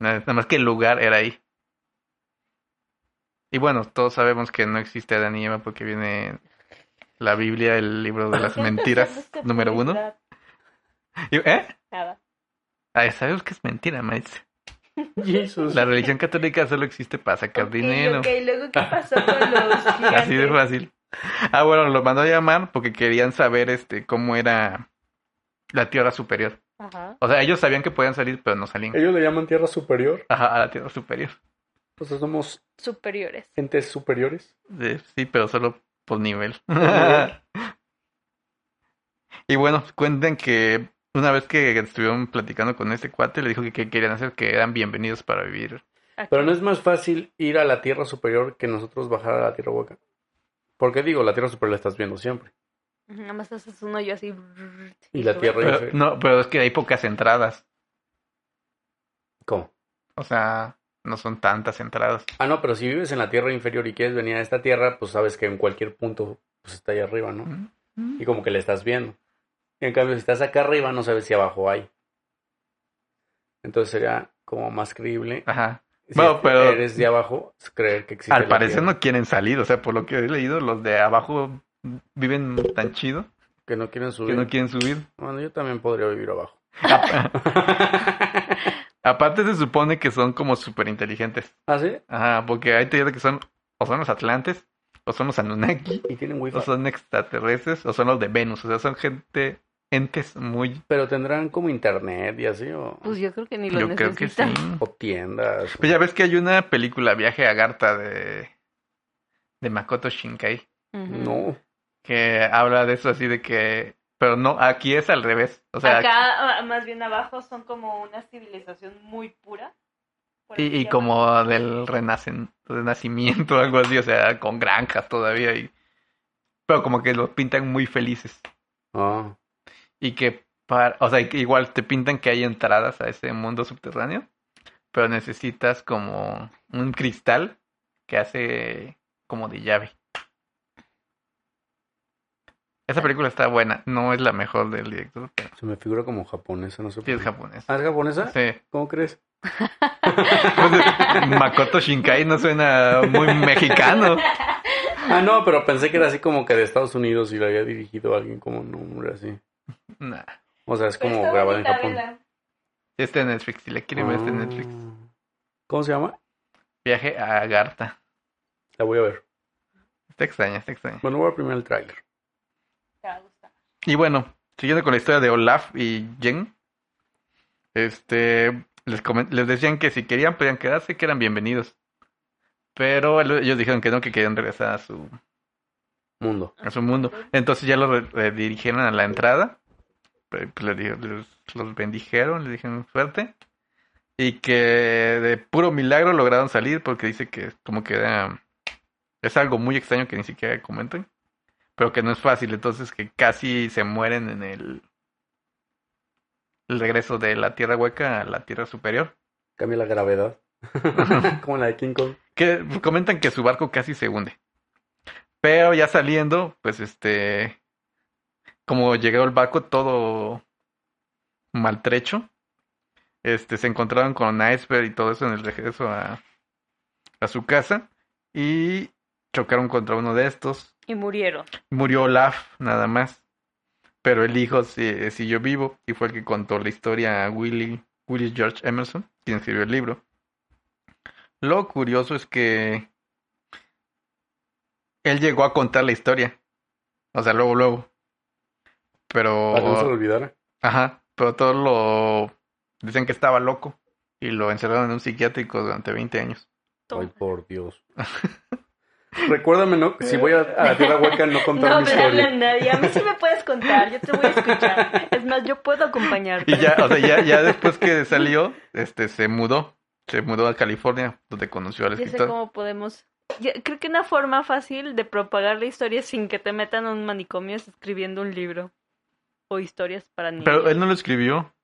Nada nada más que el lugar era ahí. Y bueno, todos sabemos que no existe Adán y Eva porque viene la Biblia, el libro de las
¿Qué estás
mentiras,
haciendo esta
número uno.
publicidad?
Y- ¿Eh?
Nada.
Ay, sabemos que es mentira, Maritza.
Jesús.
La religión católica solo existe para sacar
Ok,
dinero.
ok, luego qué pasó con los gigantes.
Así de fácil. Ah, bueno, los mandó a llamar porque querían saber este cómo era la Tierra Superior.
Ajá.
O sea, ellos sabían que podían salir, pero no salían
Ellos le llaman tierra superior.
Ajá, a la Tierra Superior.
Entonces somos
Superiores.
entes superiores.
Sí, sí, pero solo por nivel. y bueno, cuentan que una vez que estuvieron platicando con este cuate, le dijo que, que querían hacer, que eran bienvenidos para vivir.
Aquí.
Pero no es más fácil ir a la tierra superior que nosotros bajar a la tierra hueca. Porque digo, la tierra superior la estás viendo siempre.
Ujú, Nada más haces un hoyo así.
Y la
tú-
tierra-
Pero, no, pero es que hay pocas entradas.
¿Cómo?
O sea, no son tantas entradas.
Ah, no, pero si vives en la tierra inferior y quieres venir a esta tierra, pues sabes que en cualquier punto pues, está ahí arriba, ¿no? Y como que le estás viendo. Y en cambio, si estás acá arriba, no sabes si abajo hay. Entonces sería como más creíble.
Ajá.
Si
Ah, Bueno, pero-
eres de abajo, creer que existe.
Al
la
parecer
tierra.
no quieren salir, o sea, por lo que he leído, los de abajo viven tan chido
Que no quieren
que
subir.
no quieren subir.
Bueno, yo también podría vivir abajo.
Aparte se supone que son como súper inteligentes.
¿Ah, sí?
Ajá, porque hay teorías de que son o son los atlantes, o son los anunnaki,
Y tienen wifi.
o son extraterrestres, o son los de Venus, o sea, son gente, entes muy...
pero tendrán como internet y así, o,
Pues yo creo que ni lo
Yo creo que sí.
necesitan.
o tiendas.
Pues ya ves que hay una película, Viaje a Garta, de, de Makoto Shinkai.
Ujú.
No.
que habla de eso así de que, pero no, aquí es al revés, o sea,
Acá, ah, más bien abajo, son como una civilización muy pura. por
y,
así
y
llamarlo.
como del renacen, renacimiento, algo así, o sea, con granjas todavía, y, pero como que los pintan muy felices
Ah,
y que, para, o sea, y que igual te pintan que hay entradas a ese mundo subterráneo, pero necesitas como un cristal que hace como de llave. Esa película está buena, no es la mejor del director, pero
se me figura como japonesa, no sé.
sí
por
es
qué.
japonés.
¿Ah, es japonesa?
Sí.
¿Cómo crees?
Pues, Makoto Shinkai no suena muy mexicano.
Ah, no, pero pensé que era así como que de Estados Unidos y lo había dirigido a alguien como un hombre así.
Nah,
O sea, es
Pero
como
está
grabado en
bonita,
Japón.
vela.
este Netflix, si le quiere ver este Netflix.
Ah. ¿Cómo se llama?
Viaje a Garta.
La voy a ver.
Está extraña, está extraña.
Bueno, voy a ver primero el tráiler.
Te va a gustar.
Y bueno, siguiendo con la historia de Olaf y Jen. Este, les, comen- les decían que si querían podían quedarse, que eran bienvenidos. Pero el- ellos dijeron que no, que querían regresar a su,
Mundo.
a su mundo. Entonces ya los re- redirigieron a la entrada. Pues les di- les- los bendijeron, les dijeron suerte. Y que de puro milagro lograron salir porque dice que como que era- es algo muy extraño que ni siquiera comentan. Pero que no es fácil, entonces que casi se mueren en el, el regreso de la Tierra Hueca a la Tierra Superior.
Cambia la gravedad. como la de King Kong.
Que comentan que su barco casi se hunde. Pero ya saliendo, pues este. Como llegó el barco todo maltrecho. Este, se encontraron con iceberg y todo eso en el regreso a, a su casa. Y chocaron contra uno de estos.
Y murieron.
Murió Olaf, nada más. Pero el hijo si- siguió vivo y fue el que contó la historia a Willie, Willie George Emerson, quien escribió el libro. Lo curioso es que él llegó a contar la historia. O sea, luego, luego. Pero...
Para que no Ah, se lo olvidara.
Ajá, pero todos lo... Dicen que estaba loco y lo encerraron en un psiquiátrico durante 20 años.
Ay, por Dios. Recuérdame, ¿no? Si voy a, a la Tierra Hueca, no contar
No
mi
me
historia.
hablan nadie. A mí sí me puedes contar. Yo te voy a escuchar.
Es más, yo puedo acompañarte.
Y ya, o sea, ya, ya después que salió, este, se mudó. Se mudó a California, donde conoció al
Ya sé
escritor.
cómo podemos. ya- creo que una forma fácil de propagar la historia sin que te metan a un manicomio es escribiendo un libro. O historias para niños.
Pero él no lo escribió.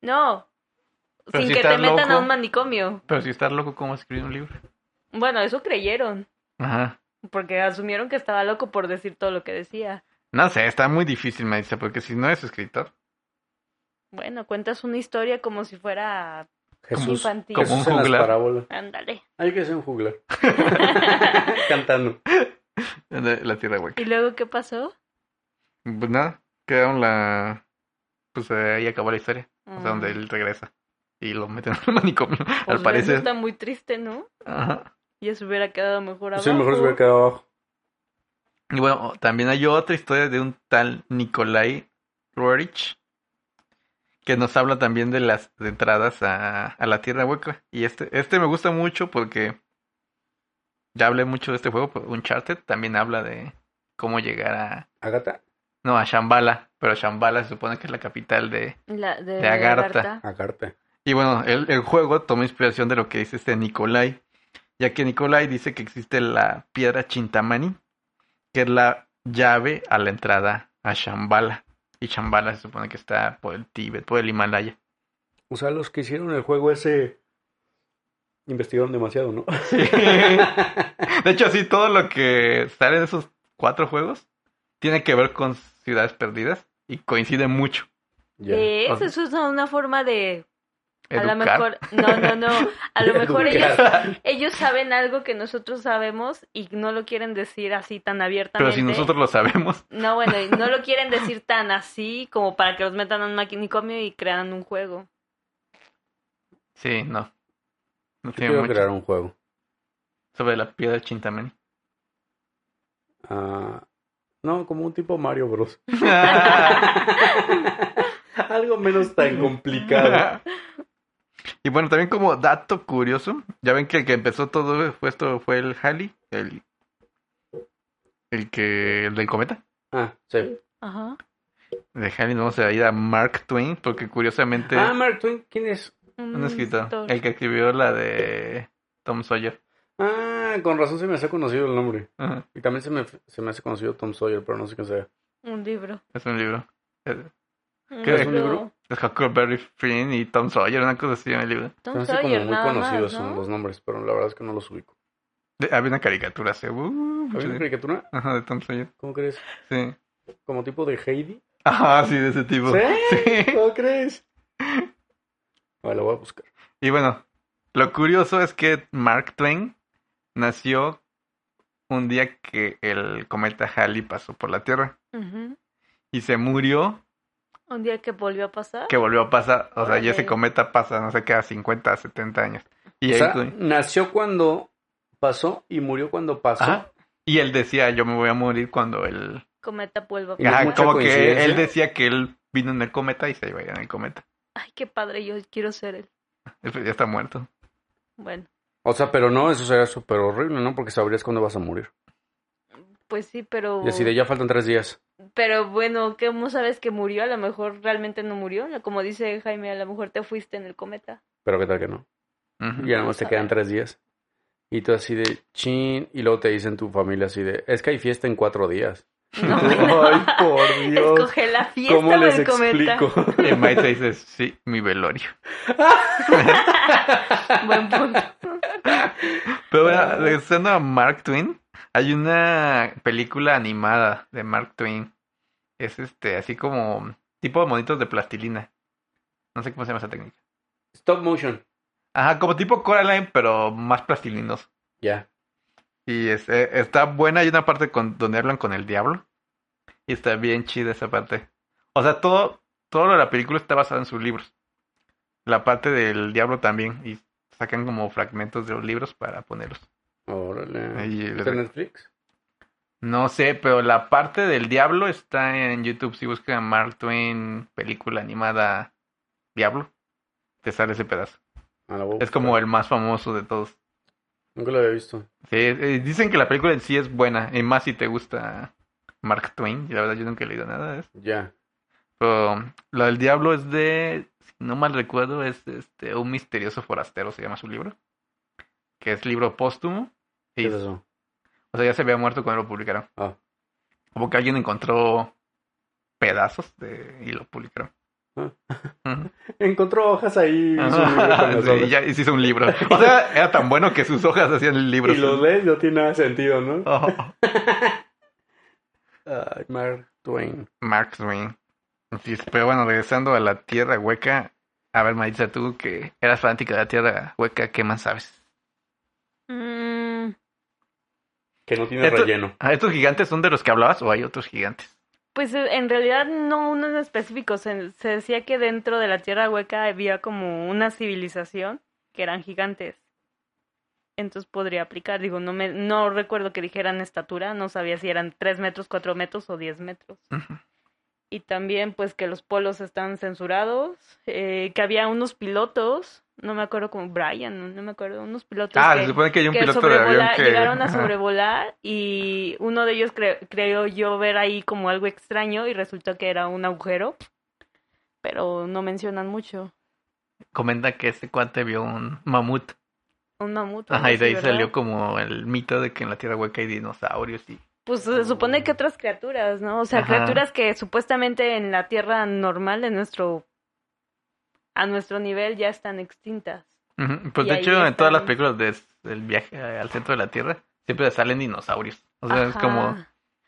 No.
Pero
sin
si
que te
estás
metan a
loco.
un manicomio.
Pero si está loco, ¿cómo escribió un libro?
Bueno, eso creyeron.
Ajá.
Porque asumieron que estaba loco por decir todo lo que decía.
No sé, está muy difícil, me dice, porque si no es escritor.
Bueno, cuentas una historia como si fuera.
Jesús.
Infantil.
Jesús
Como un
en las
juglar.
parábolas.
Ándale.
Hay que ser un juglar. Cantando.
La, la tierra hueca.
¿Y luego qué pasó?
Pues nada, quedaron la. Pues eh, ahí acabó la historia. O sea, donde
Mm,
él regresa. Y lo meten en un manicomio,
pues
al
eso
parecer.
Está muy triste, ¿no?
Ajá.
Ya se hubiera quedado mejor abajo.
Sí, mejor se hubiera quedado abajo.
Y bueno, también hay otra historia de un tal Nikolai Rorich. Que nos habla también de las entradas a, a la tierra hueca. Y este, este me gusta mucho porque. Ya hablé mucho de este juego, pero Uncharted también habla de cómo llegar a,
Agata.
No, a Shambhala, pero Shambhala se supone que es la capital de...
La de,
De Agartha.
Agartha.
Agarte.
Y bueno, el, el juego toma inspiración de lo que dice este Nicolai, ya que Nicolai dice que existe la piedra Chintamani, que es la llave a la entrada a Shambhala. Y Shambhala se supone que está por el Tíbet, por el Himalaya.
O sea, los que hicieron el juego ese investigaron demasiado, ¿no?
Sí. De hecho, sí, todo lo que sale de esos cuatro juegos tiene que ver con ciudades perdidas y coincide mucho.
Ya.
Eh,
o sea-
eso es una forma de... A lo
Educar.
mejor... No, no, no. A lo mejor ellos,
Educar.
ellos saben algo que nosotros sabemos y no lo quieren decir así tan
Pero
abiertamente.
si nosotros lo sabemos,
No, bueno, y no lo quieren decir tan así como para que los metan a un maquinicomio y crean un juego.
sí, no. No
Yo
tiene
quiero
mucho.
crear un juego.
Sobre la piedra de Chintamani.
Ah, no, como un tipo Mario Bros. Algo menos tan complicado.
Y bueno, también como dato curioso, ya ven que el que empezó todo fue esto fue el Halley, el, el que el del cometa.
Ah, sí.
Ajá.
De Halley nos vamos a ir a Mark Twain, porque curiosamente
Ah, mm, Mark Twain, ¿quién es?
un escritor, el que escribió la de Tom Sawyer.
Ah, con razón se me hace conocido el nombre.
Ajá,
Y también se me, se me hace conocido Tom Sawyer, pero no sé quién sea.
Un libro.
es un libro. Es,
¿Qué es un libro?
es Huckleberry Finn y Tom Sawyer, una cosa así en el libro.
Se
Tom
me hace
Sawyer,
como muy
nada
conocidos
más,
son
¿no?
los nombres, pero la verdad es que no los ubico.
De- había una caricatura hace uh,
¿Había
mucho
una
tiempo.
caricatura?
Ajá, de Tom Sawyer.
¿Cómo crees?
Sí.
¿Como tipo de Heidi?
Ajá, sí, de ese tipo.
¿Sí?
Sí.
¿Cómo crees? Vale, lo voy a buscar.
Y bueno, lo curioso es que Mark Twain nació un día que el cometa Halley pasó por la Tierra
Ujú.
y se murió,
Un día que volvió a pasar.
que volvió a pasar, o sea, y ese
Órale.
cometa pasa, no sé, cada 50, 70 años. Y,
O
ahí
sea,
Twain-
nació cuando pasó y murió cuando pasó.
Ajá. y él decía, yo me voy a morir cuando él...
Cometa vuelva a
Y es
Ajá,
pasar.
mucha
como que
coincidencia.
él decía que él vino en el cometa y se iba a ir en el cometa.
Ay, qué padre, yo quiero ser él.
Después ya está muerto.
Bueno,
O sea, pero no, eso sería súper horrible, ¿no? Porque sabrías cuándo vas a morir.
pues sí, pero...
Y así de ya faltan tres días.
Pero bueno, ¿cómo sabes que murió? A lo mejor realmente no murió. Como dice Jaime, a lo mejor te fuiste en el cometa.
Pero qué tal que no.
Ujú.
Y ya nomás te quedan tres días. Y tú así de chin. Y luego te dicen tu familia así de es que hay fiesta en cuatro días.
No,
Ay, por Dios.
Escoge la fiesta
¿Cómo
o
les
el cometa.
explico?
Y Maite dice, sí, mi velorio.
Buen punto.
Pero bueno, regresando a Mark Twain, hay una película animada de Mark Twain. Es este, así como tipo de monitos de plastilina. No sé cómo se llama esa técnica.
Stop motion.
Ajá, como tipo Coraline, pero más plastilinos.
Ya.
Y es- eh, está buena, hay una parte con, donde hablan con el diablo. Y está bien chida esa parte. O sea, todo, todo lo de la película está basado en sus libros. La parte del diablo también. Y sacan como fragmentos de los libros para ponerlos.
Órale.
Ahí les
¿Está en Netflix?
No sé, pero la parte del diablo está en YouTube. Si buscan Mark Twain película animada Diablo, te sale ese pedazo.
Ah, la voy a
Es como
buscar.
el más famoso de todos.
Nunca lo había visto.
Sí, eh, dicen que la película en sí es buena, y más si te gusta Mark Twain. Y la verdad yo nunca he leído nada de eso.
Ya.
Pero la del diablo es de, si no mal recuerdo, es este un misterioso forastero se llama su libro, que es libro póstumo.
¿Qué
Y,
es eso?
o sea, ya se había muerto cuando lo publicaron.
Ah.
Como que alguien encontró pedazos de, y lo publicaron.
Ah.
Ujú.
Encontró hojas ahí. hizo un libro con las
Ah, Sí,
hojas.
ya y se hizo un libro. O sea, era tan bueno que sus hojas hacían el libro.
Y los lees, no tiene nada de sentido, ¿no?
Oh, Ah.
Ay, Mark Twain.
Mark Twain. Sí, pero bueno, regresando a la Tierra Hueca. A ver, Maritza, tú que eras fanática de la Tierra Hueca, ¿qué más sabes?
Mm,
Que no tiene
Esto-
relleno.
Ah, ¿Estos gigantes son de los que hablabas o hay otros gigantes?
Pues eh, en realidad no uno en específico. Se, se decía que dentro de la Tierra Hueca había como una civilización que eran gigantes. Entonces podría aplicar. Digo, no me, no recuerdo que dijeran estatura. No sabía si eran 3 metros, 4 metros o 10 metros.
Ujú.
Y también pues que los polos están censurados. eh, que había unos pilotos. No me acuerdo como Brian, no, no me acuerdo. Unos pilotos
Ah,
que-
se supone que hay un
que
piloto de avión
sobrevola-
que...
llegaron a
Ajá.
sobrevolar y uno de ellos cre- creyó yo ver ahí como algo extraño y resultó que era un agujero, pero no mencionan mucho.
Comenta que este cuate vio un mamut.
Un mamut. o
Ajá,
algo
y de ahí
así, Ah, ¿verdad?
salió como el mito de que en la Tierra Hueca hay dinosaurios y...
Pues se supone que otras criaturas, ¿no? O sea,
Ajá.
criaturas que supuestamente en la Tierra normal, en nuestro a nuestro nivel ya están extintas.
Ujú, Pues
Y
de
ahí
hecho, en todas las
están.
películas de- del viaje eh, al centro de la Tierra, siempre salen dinosaurios. O sea, es
Ajá.
como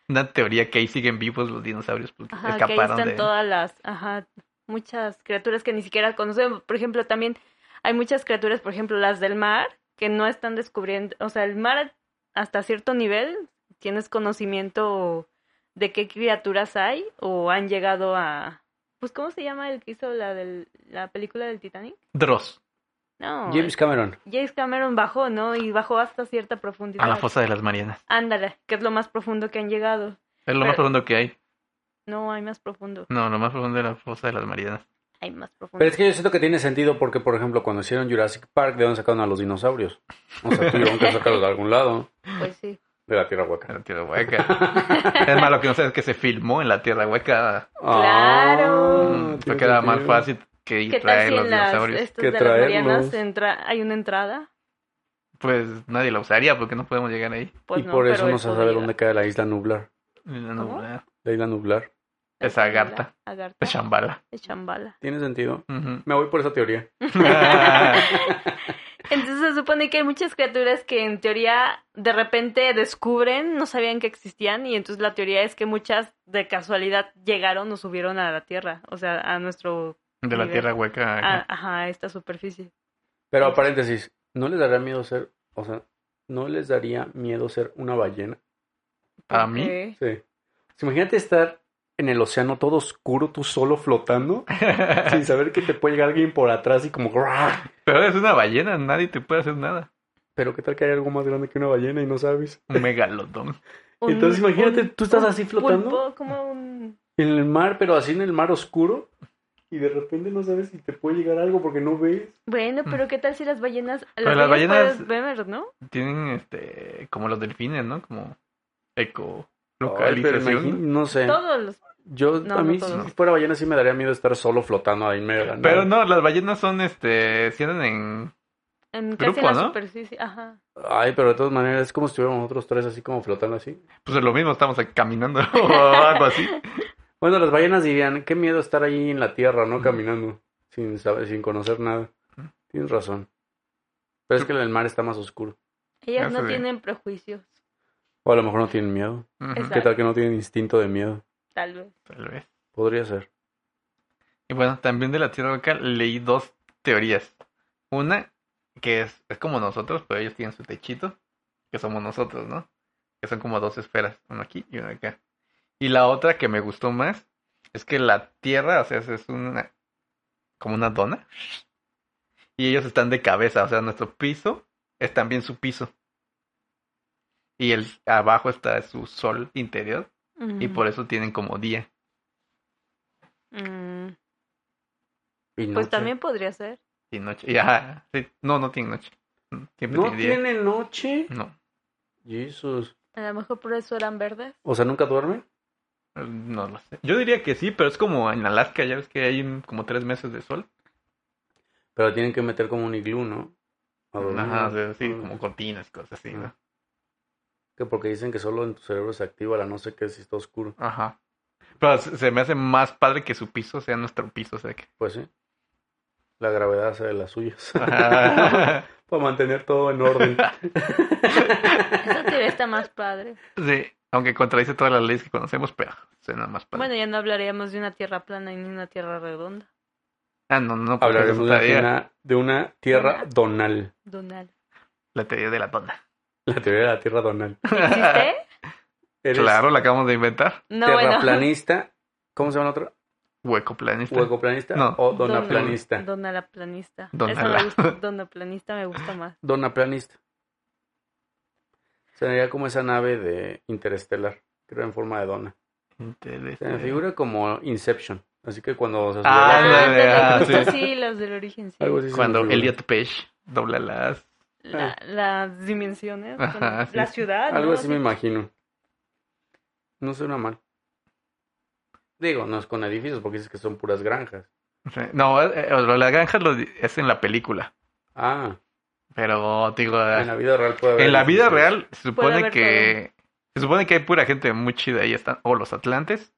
una teoría que ahí siguen vivos los dinosaurios porque
Ajá, que ahí
escaparon
están
de.
todas las, ajá, muchas criaturas que ni siquiera conocemos. Por ejemplo, también hay muchas criaturas, por ejemplo, las del mar, que no están descubriendo, o sea, el mar hasta cierto nivel tienes conocimiento de qué criaturas hay o han llegado a, pues, ¿cómo se llama el que hizo la del, la película del Titanic?
Dross,
No,
James Cameron.
James Cameron bajó, ¿no? Y bajó hasta cierta profundidad.
a la fosa de las Marianas.
Ándale, que es lo más profundo que han llegado.
Es lo más
Pero-
profundo que hay.
No, hay más profundo,
No, lo más profundo es la fosa de las Marianas.
hay más profundo.
Pero es que yo siento que tiene sentido porque, por ejemplo, cuando hicieron Jurassic Park, ¿de dónde sacaron a los dinosaurios? O sea, tuvieron que sacarlos de algún lado,
Pues sí.
de la Tierra Hueca.
En la Tierra Hueca. es más, lo que no sé es que se filmó en la Tierra Hueca.
Claro. Mm,
Ah, tiene
porque era más
sentido.
fácil que ir
¿Qué tal
traer
si
los
en las
dinosaurios.
estas
Que
de las Marianas
traerlos.
entra, hay una entrada?
Pues nadie la usaría porque no podemos llegar ahí.
Pues
y
no,
por eso
pero
no
él
se sabe
podría.
dónde cae la isla nublar.
No, no,
¿Cómo?
no,
La isla nublar.
Es Agartha.
Agartha.
Es Shambhala.
Es Shambhala.
¿Tiene sentido?
Ujú.
Me voy por esa teoría.
Entonces se supone que hay muchas criaturas que en teoría de repente descubren, no sabían que existían y entonces la teoría es que muchas de casualidad llegaron o subieron a la Tierra, o sea, a nuestro,
De la
Nivel.
Tierra Hueca.
a,
ajá.
ajá, a esta superficie. Mm.
Pero paréntesis, ¿no les daría miedo ser, o sea, no les daría miedo ser una ballena?
¿A mí?
Porque-
Sí. Pues imagínate estar en el océano todo oscuro, tú solo flotando,
Ah.
sin saber que te puede llegar alguien por atrás y como... "Grrr".
Pero eres una ballena, nadie te puede hacer nada.
Pero qué tal que hay algo más grande que una ballena y no sabes.
Un megalodón.
Un-
Entonces imagínate,
un-
tú estás
un
así flotando
pulpo, como un...
en el mar, pero así en el mar oscuro. Y de repente no sabes si te puede llegar algo porque no ves.
Bueno, pero ¿qué tal si las ballenas...
Mm. Pero las ballenas-
puedes ver, ¿no?
Tienen este como los delfines, ¿no? Como eco
Ay, pero imagi-
localización.
no sé.
Todos los
Yo
No,
a
no
mí
todos.
si fuera ballena sí me daría miedo estar solo flotando ahí en medio de la nada.
Pero no, las ballenas son este, si andan en
En casi
Grupo,
en la
¿no?
superficie, ajá.
Ay, pero de todas maneras es como si estuviéramos nosotros tres así como flotando así.
pues lo mismo estamos caminando o algo así.
Bueno, las ballenas dirían, qué miedo estar ahí en la tierra, ¿no? Caminando sin saber, sin conocer nada. Tienes razón. Pero es que en el mar está más oscuro.
Ellas
Eso
no
sí.
tienen prejuicios,
O a lo mejor no tienen miedo.
Ujú,
¿Qué tal que no tienen instinto de miedo?
tal vez.
Tal vez.
Podría ser.
Y bueno, también de la Tierra Hueca leí dos teorías. Una, que es, es como nosotros, pero ellos tienen su techito, que somos nosotros, ¿no? Que son como dos esferas, una aquí y una acá. Y la otra que me gustó más es que la Tierra, o sea, es una como una dona. Y ellos están de cabeza, o sea, nuestro piso es también su piso. Y el abajo está su sol interior y por eso tienen como día.
Mm,
Y
Pues
noche.
también podría ser.
Y noche. Y, ajá, sí, no, no tiene noche. Mm, Siempre
¿No
tiene día.
tiene noche?
No.
Jesús.
A lo mejor por eso eran verdes.
O sea, ¿nunca duermen?
eh, No lo sé. Yo diría que sí, pero es como en Alaska, ya ves que hay un- como tres meses de sol.
Pero tienen que meter como un iglú, ¿no? A dormir.
Ajá, o sea, sí,
Ah.
como cortinas, cosas así, ¿no?
Que porque dicen que solo en tu cerebro se activa la no sé qué si está oscuro.
Ajá. Pero se se me hace más padre que su piso sea nuestro piso, o sea que.
Pues sí. La gravedad hace de las suyas.
Ajá.
Para mantener todo en orden.
Esa teoría está más padre.
sí, aunque contradice todas las leyes que conocemos, pero suena más padre.
Bueno, ya no hablaríamos de una tierra plana y ni una tierra redonda.
ah, no, no, porque esa es
Hablaremos
otra
de
teoría,
una, de una tierra
Donal.
donal.
Donal.
la teoría de la dona.
La teoría de la tierra donal.
¿Existe?
Eres
Claro, la acabamos de inventar.
No, bueno.
terraplanista. ¿Cómo se llama la otra?
Hueco planista.
¿Huecoplanista
No.
o
Dona-
donaplanista?
Donalaplanista.
Donala.
Eso me gusta. Donaplanista me gusta más.
Donaplanista. Sería como esa nave de Interestelar, que era en forma de dona. Se me
Interesante.
figura como Inception. Así que cuando se subió
Ah,
la-
la de-
Ah,
ah,
entonces,
sí.
sí, las del origen, sí.
algo así se me
Cuando
figura.
Elliot Page dobla las.
La- las dimensiones,
Ah. Ajá,
bueno,
sí.
la ciudad.
Algo
Ah, ¿no?
así me imagino. No suena mal. Digo, no es con edificios porque dices que son puras granjas.
No, eh, eh, lo de la granja lo di- es en la película.
Ah,
Pero te digo, eh,
en la vida real puede haber.
en la vida
edificios.
real se
Puede
supone
haber
que se supone que hay pura gente muy chida ahí están o los atlantes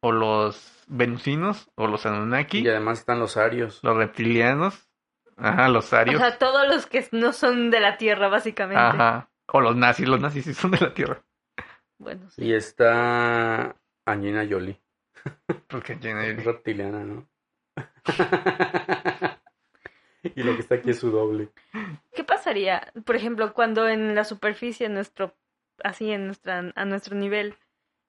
o los venusinos, o los anunnaki,
Y además están los arios.
los reptilianos, ajá, los
O
arios,
sea, todos los que no son de la Tierra, básicamente.
ajá, o los nazis, los nazis sí son de la Tierra,
Bueno, sí.
Y está Angelina Jolie.
porque Jenna
Es
Jolie-
reptiliana, ¿no? y lo que está aquí es su doble.
¿Qué pasaría, por ejemplo, cuando en la superficie, en nuestro, así en nuestra, a nuestro nivel,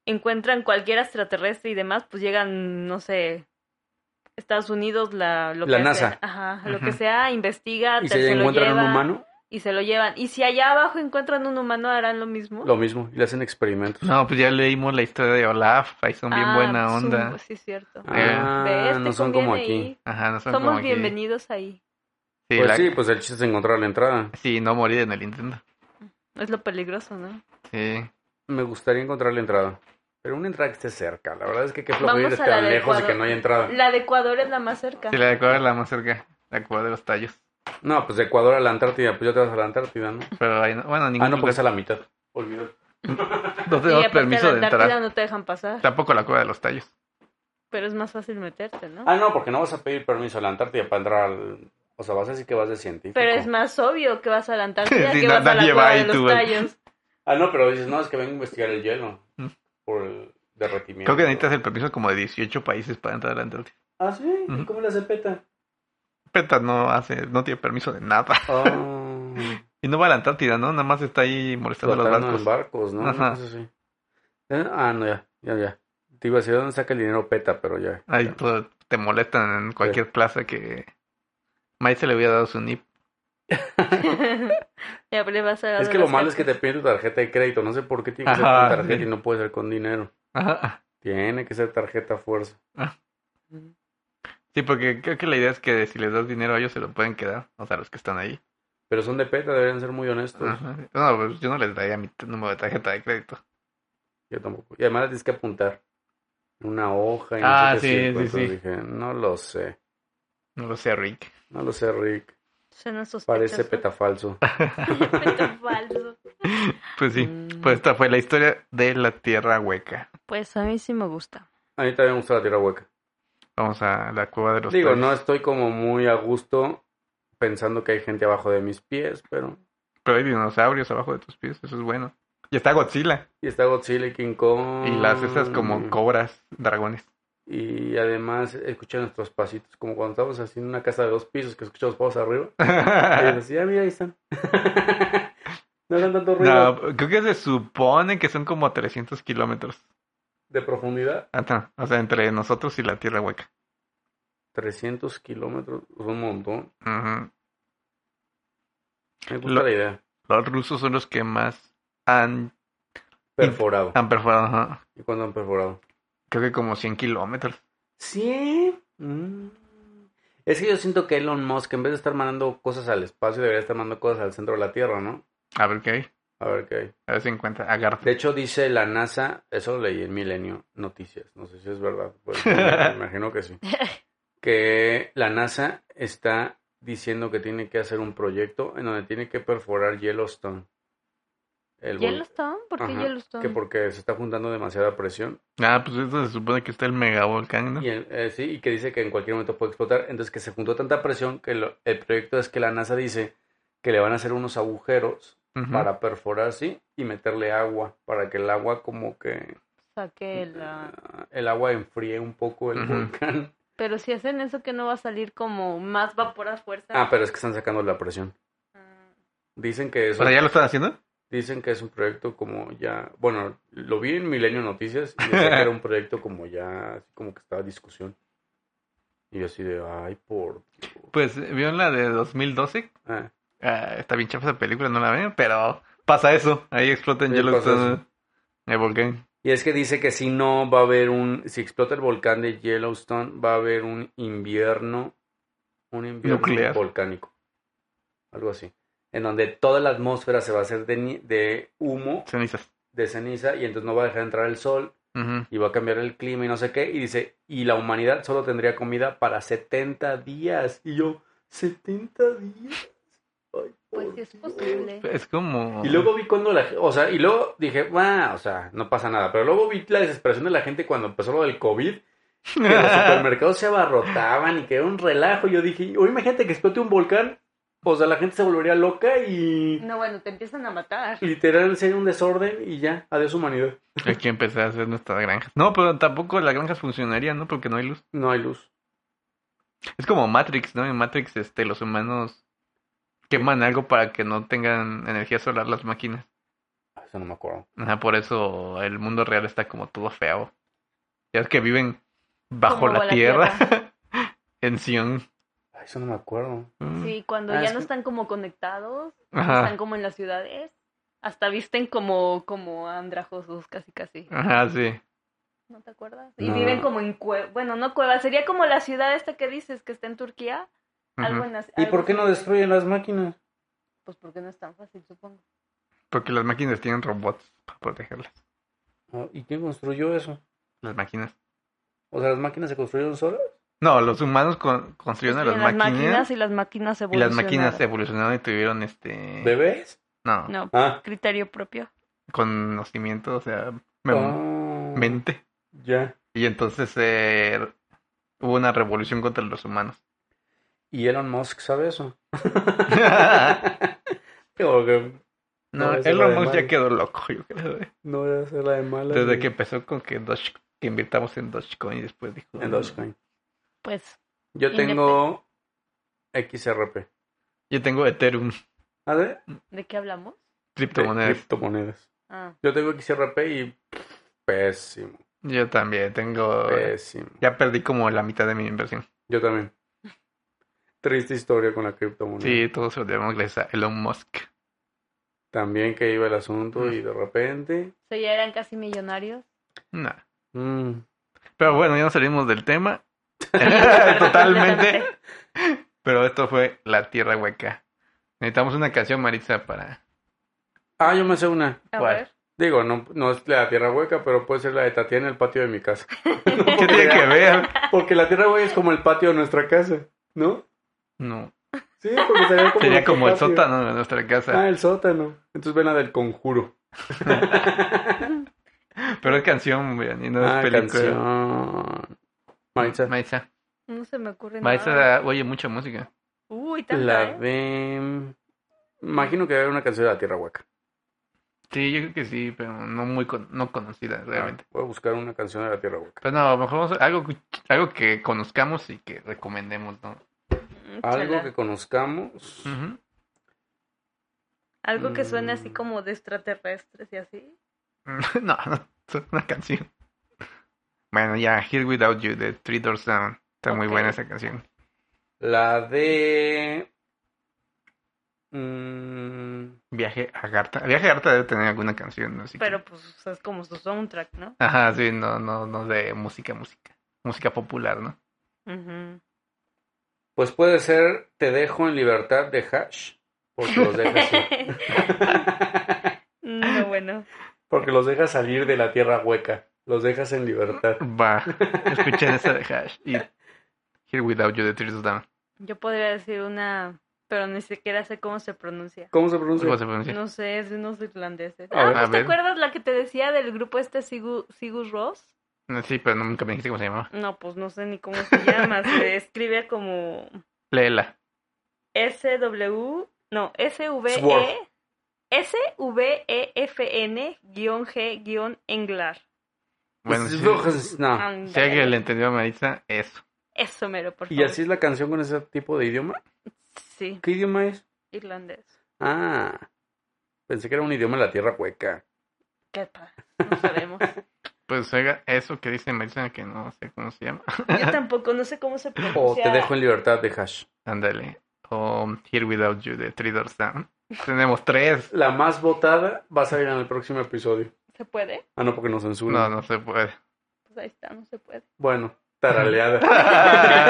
encuentran cualquier extraterrestre y demás, pues llegan, no sé, Estados Unidos, la, lo
La
que
NASA.
Sea, ajá, lo que
Ujú.
sea, investiga,
Y
Ah, te-
si
se lo
encuentran un
lleva,
humano,
Y se lo llevan. Y si allá abajo encuentran un humano, harán lo mismo.
lo mismo. Y le hacen experimentos.
No, pues ya leímos la historia de Olaf, ahí son bien
Ah,
buena
pues,
onda.
un- sí, es cierto.
Ah,
¿Ves?
no
Te
son como
conviene
aquí.
ir.
Ajá, no son
Somos
como aquí.
bienvenidos ahí.
Sí,
pues
la-
sí, pues el chiste es encontrar la entrada.
sí, no morir en el Nintendo.
Es lo peligroso, ¿no?
Ah.
Sí.
Me gustaría encontrar la entrada. Pero una entrada que esté cerca. La verdad es que qué
Vamos
flojera
a
es
la
tan
de
lejos y
Ecuador.
que no hay entrada.
La de Ecuador es la más cerca.
Sí, la de Ecuador es la más cerca. La Cuba de los tallos.
No, pues de Ecuador a la Antártida. Pues ya te vas a la Antártida, ¿no?
Pero ahí no, bueno,
Ah,
ningún
no, porque
lugar-
es a la mitad. Olvídate.
no
Y
tenemos
aparte
permiso
a
de
la Antártida
entrar.
no te dejan pasar,
Tampoco la Cueva de los tallos.
pero es más fácil meterte, ¿no?
Ah, no, porque no vas a pedir permiso a la Antártida para entrar al... O sea, vas a decir que vas de científico.
Pero es más obvio que vas a la Antártida
Sí,
que
na-
vas a la
nadie
Cueva
va
de
y tú
los
vas.
Tallos.
Ah, no, pero dices, no, es que vengo a investigar el hielo.
Mm.
Por el derretimiento.
Creo que necesitas el permiso como de 18 países para entrar a la Antártida.
Ah, sí,
Ujú.
¿y cómo le hace PETA?
PETA no hace, no tiene permiso de nada. Y no va a la Antártida, ¿no? Nada más está ahí molestando a los
Ah, flotando en barcos,
barcos.
¿no? Una
Ajá.
cosa así. Eh, Ah, no, ya, ya, ya. Te iba a decir, ¿dónde saca el dinero PETA? Pero ya.
Ahí
ya.
todo- te molestan en cualquier plaza que... Maíz se le hubiera dado su NIP.
Ya, pero le vas a dar
Es que
de
lo
las
malo es que te
cartas.
piden tu tarjeta de crédito. No sé por qué tiene que ser
Ajá,
con tarjeta
sí.
y no puede ser con dinero.
Ajá.
Tiene que ser tarjeta a fuerza.
Sí, porque creo que la idea es que si les das dinero a ellos se lo pueden quedar. O sea, los que están ahí.
Pero son de PETA, deberían ser muy honestos.
Ajá. No, pues yo no les daría mi t- número de tarjeta de crédito.
Yo tampoco. Y además la tienes que apuntar. En una hoja. Y no
Ah,
sé qué
sí,
circo.
sí, sí.
Entonces dije, no lo sé.
No lo sé, Rick.
No lo sé, Rick.
Suena sospechoso.
Parece PETA falso.
Peta falso.
Pues sí.
Mm.
Pues esta fue la historia de la tierra hueca.
Pues a mí sí me gusta.
A mí también me gusta la tierra hueca.
Vamos a la cueva de los
Digo,
tallos.
no estoy como muy a gusto pensando que hay gente abajo de mis pies, pero...
Pero hay dinosaurios abajo de tus pies, eso es bueno. Y está Godzilla.
Y está Godzilla y King Kong. Mm.
Y las esas como cobras, dragones.
Y además escuché nuestros pasitos, como cuando estábamos así en una casa de dos pisos que escuchamos pasos arriba. Y
no,
decía, ah, mira, ahí están. no hagan tanto ruido
creo que se supone que son como 300 kilómetros.
de profundidad.
Ajá, O sea, entre nosotros y la tierra hueca.
300 kilómetros, es un montón.
Ujú.
Me gusta
Lo-
la idea.
Los rusos son los que más han,
Perforado.
han perforado. ajá.
¿Y cuándo han perforado?
Creo que como 100 kilómetros.
Sí. Mm. Es que yo siento que Elon Musk, en vez de estar mandando cosas al espacio, debería estar mandando cosas al centro de la Tierra, ¿no?
A ver qué hay.
A ver qué hay.
A ver si encuentra. Agarra.
De hecho, dice la NASA, eso lo leí en Milenio Noticias, no sé si es verdad, pero me imagino que sí, que la NASA está diciendo que tiene que hacer un proyecto en donde tiene que perforar Yellowstone. El vol-
¿Yellowstone? ¿Por qué
Ajá,
Yellowstone?
Que porque se está juntando demasiada presión
Ah, pues esto se supone que está el megavolcán, ¿no?
y, el- eh, sí, y que dice que en cualquier momento puede explotar. Entonces, que se juntó tanta presión que lo- el proyecto es que la NASA dice que le van a hacer unos agujeros
Ujú.
para perforar, sí, y meterle agua, para que el agua como que...
Saqué la...
Ah, el agua enfríe un poco el
Ujú.
volcán.
Pero si hacen eso, que no va a salir como más vapor a fuerza. ah,
Ah, pero es que están sacando la presión. Dicen que
O
eso,
sea, ¿ya lo están haciendo?
dicen que es un proyecto como ya, bueno, lo vi en Milenio Noticias y decía que era un proyecto como ya, así como que estaba en discusión. Y yo así de, ay, por Dios.
Pues, ¿vieron la de 2012?
Ah,
Ah, está bien chafa esa película, no la ven, pero pasa eso. Ahí explota en
Sí, pasa
Yellowstone el volcán.
Y es que dice que si no va a haber un, si explota el volcán de Yellowstone, va a haber un invierno, un invierno
Nuclear.
volcánico, algo así, en donde toda la atmósfera se va a hacer de, ni- de humo
Cenizas.
de ceniza y entonces no va a dejar entrar el sol
Ujú.
y va a cambiar el clima y no sé qué. Y dice, y la humanidad solo tendría comida para 70 días. Y yo, ¿70 días? Ay,
Pues sí es posible.
Es como.
Y luego vi cuando la... O sea, y luego dije, va, o sea, no pasa nada. Pero luego vi la desesperación de la gente cuando empezó lo del COVID. Que los supermercados se abarrotaban y que era un relajo. Yo dije, o imagínate que explote un volcán. O sea, la gente se volvería loca y...
No, bueno, te empiezan a matar.
Literal sería un desorden y ya, adiós humanidad.
Hay que empezar a hacer nuestras granjas. No, pero tampoco las granjas funcionarían, ¿no? Porque no hay luz.
No hay luz.
Es como Matrix, ¿no? En Matrix, este, los humanos queman algo para que no tengan energía solar las máquinas.
Eso no me acuerdo.
Ajá, por eso el mundo real está como todo feo. Ya es que viven bajo
Como
la,
la
tierra, en Sion.
Ay, Eso no me acuerdo.
Mm.
Sí, cuando
Ah,
ya
es
no
que-
están como conectados,
Ajá.
Ah.
están como en las ciudades, hasta visten como, como andrajosos casi casi.
Ajá, sí.
¿No te acuerdas? Y
No.
viven como en cuevas, bueno, no cuevas, sería como la ciudad esta que dices que está en Turquía. Algo
Ujú.
en las-
¿Y
algo
por qué no
así.
destruyen las máquinas?
Pues porque no es tan fácil, supongo.
Porque las máquinas tienen robots para protegerlas.
Ah, ¿Y quién construyó eso?
Las máquinas.
O sea, las máquinas se construyeron solas.
No, los humanos con- construyeron a
Construyen
las, máquinas,
y las máquinas
y las máquinas
evolucionaron.
evolucionaron y tuvieron este
¿Bebés?
no,
No,
Ah.
criterio propio.
conocimiento, o sea,
Oh. Ah,
mem- mente.
Ya.
Y entonces eh, hubo una revolución contra los humanos.
¿Y Elon Musk sabe eso?
no,
Digo que esa es la
Elon
de
Musk ya
Mario.
quedó loco, yo creo. eh.
no voy a hacer la de mala.
Desde que empezó con que, Doge- que invirtamos en Dogecoin y después dijo...
En Dogecoin.
Pues,
Yo tengo XRP.
Yo tengo Ethereum,
¿Ah, de?
¿de qué hablamos?
De
criptomonedas.
criptomonedas.
Ah,
Yo tengo XRP y pff, pésimo,
Yo también tengo...
pésimo.
Ya perdí como la mitad de mi inversión.
Yo también. Triste historia con la criptomoneda.
Sí, todos se lo debemos gracias a Elon Musk.
También que iba el asunto y de repente...
o sea, ya eran casi millonarios.
Nah.
mm,
Pero bueno, ya nos salimos del tema. Totalmente. Pero esto fue La Tierra Hueca. Necesitamos una canción, Maritza, para...
Ah, yo me sé una.
A
¿Cuál?
ver.
Digo, no, no es la tierra hueca, pero puede ser la de Tatiana en el patio de mi casa.
¿Qué tiene que ver?
Porque la tierra hueca es como el patio de nuestra casa, ¿no?
No.
Sí, porque sería como,
Sería
nuestro
como el
patio.
sótano de nuestra casa.
Ah, el sótano. Entonces ven la del conjuro.
Pero es canción, vean, y no es
ah,
película.
canción. Maritza.
Maritza.
No se me ocurre nada.
Maritza oye mucha música.
Uy, tanta,
La
¿eh?
de... Imagino que era una canción de la tierra hueca.
Sí, yo creo que sí, pero no muy con- no conocida realmente.
Ah, voy a buscar una canción de la tierra hueca.
Pero no, mejor vamos a- algo, algo que conozcamos y que recomendemos, ¿no?
Mm,
Algo
chala.
que conozcamos.
Ujú.
Algo que suene así
Mm.
como de extraterrestres y así.
No, no, es una canción. Bueno, ya, Here Without You, de Three Doors Down. Está muy
Ok.
buena esa canción.
La de... mm,
Viaje a Garta. Viaje a Garta debe tener alguna canción, ¿no? Así que-
Pero pues o sea, es como su soundtrack, ¿no?
Ajá, sí, no, no, no de música, música. Música popular, ¿no?
Ujú.
Pues puede ser Te dejo en libertad de Hash. Porque los dejas,
no, bueno.
porque los dejas salir de la tierra hueca. Los dejas en libertad.
Va, escuchen esa de Hash y Here Without You, de Three Doors Down.
Yo podría decir una, pero ni siquiera sé cómo se pronuncia.
¿Cómo se
¿Cómo
pronuncia?
se pronuncia?
No sé, es de unos irlandeses.
A
Ah,
ver.
pues,
A
¿te
ver.
acuerdas la que te decía del grupo este Sigur, Sigur Ross?
Sí, pero nunca me dijiste cómo se llamaba.
No, pues no sé ni cómo se llama. Se escribe como
Léela.
SW, no, E
Swerve.
SVE, SVEFN E guión G guión Englar.
Bueno,
Pues,
sí,
Ah,
No.
si alguien le entendió a Maritza, eso.
Eso mero, por favor.
¿Y así es la canción con ese tipo de idioma?
Sí,
¿Qué idioma es?
irlandés.
Ah, pensé que era un idioma de la tierra hueca.
¿Qué pasa? No sabemos.
Pues oiga, eso que dice Maritza, que no sé cómo se llama.
Yo tampoco, no sé cómo se pronuncia.
O Te dejo en libertad de Hash.
Ándale. O Here Without You de Three Doors Down. Tenemos tres.
La más votada va a salir en el próximo episodio.
¿Se puede?
Ah, no, porque nos censuran.
No, no se puede.
Pues ahí está, no se puede.
Bueno, taraleada.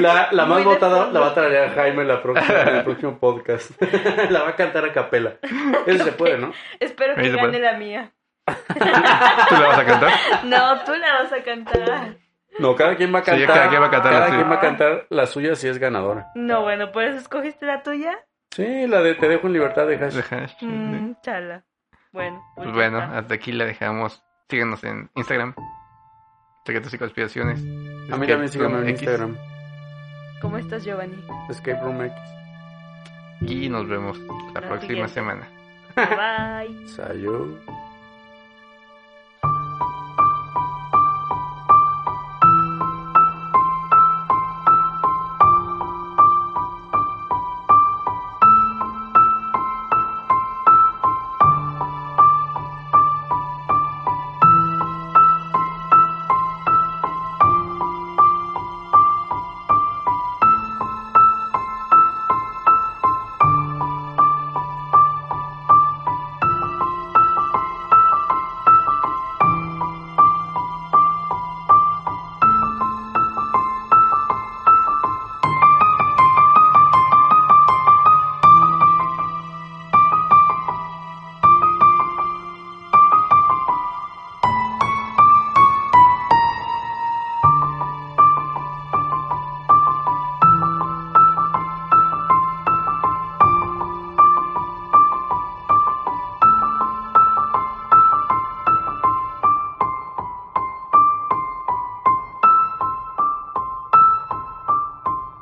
la, la más
Muy de
votada
fondo.
la va a tararear Jaime la próxima, en el próximo podcast. la va a cantar a capela. Eso se puede, ¿no?
Espero
Ahí
que
se
gane
puede.
la mía.
¿Tú la vas a cantar?
No, tú la vas a cantar.
No, cada quien va a
Sí,
cantar.
cada quien va a cantar
cada
así.
quien va a cantar la suya si es ganadora.
No, bueno, por eso escogiste la tuya.
Sí, la de te dejo en libertad de hash.
de hash, sí.
Mm, chala. Bueno.
Pues
ya
bueno,
está.
hasta aquí la dejamos. Síguenos en Instagram. Secretos y conspiraciones.
A mí
Escape
también síganme
Room
en
X.
Instagram.
ah.
¿Cómo estás, Giovanni?
Escape Room X.
Y nos vemos la
La
próxima
siguiente.
semana.
Bye.
Sayonara.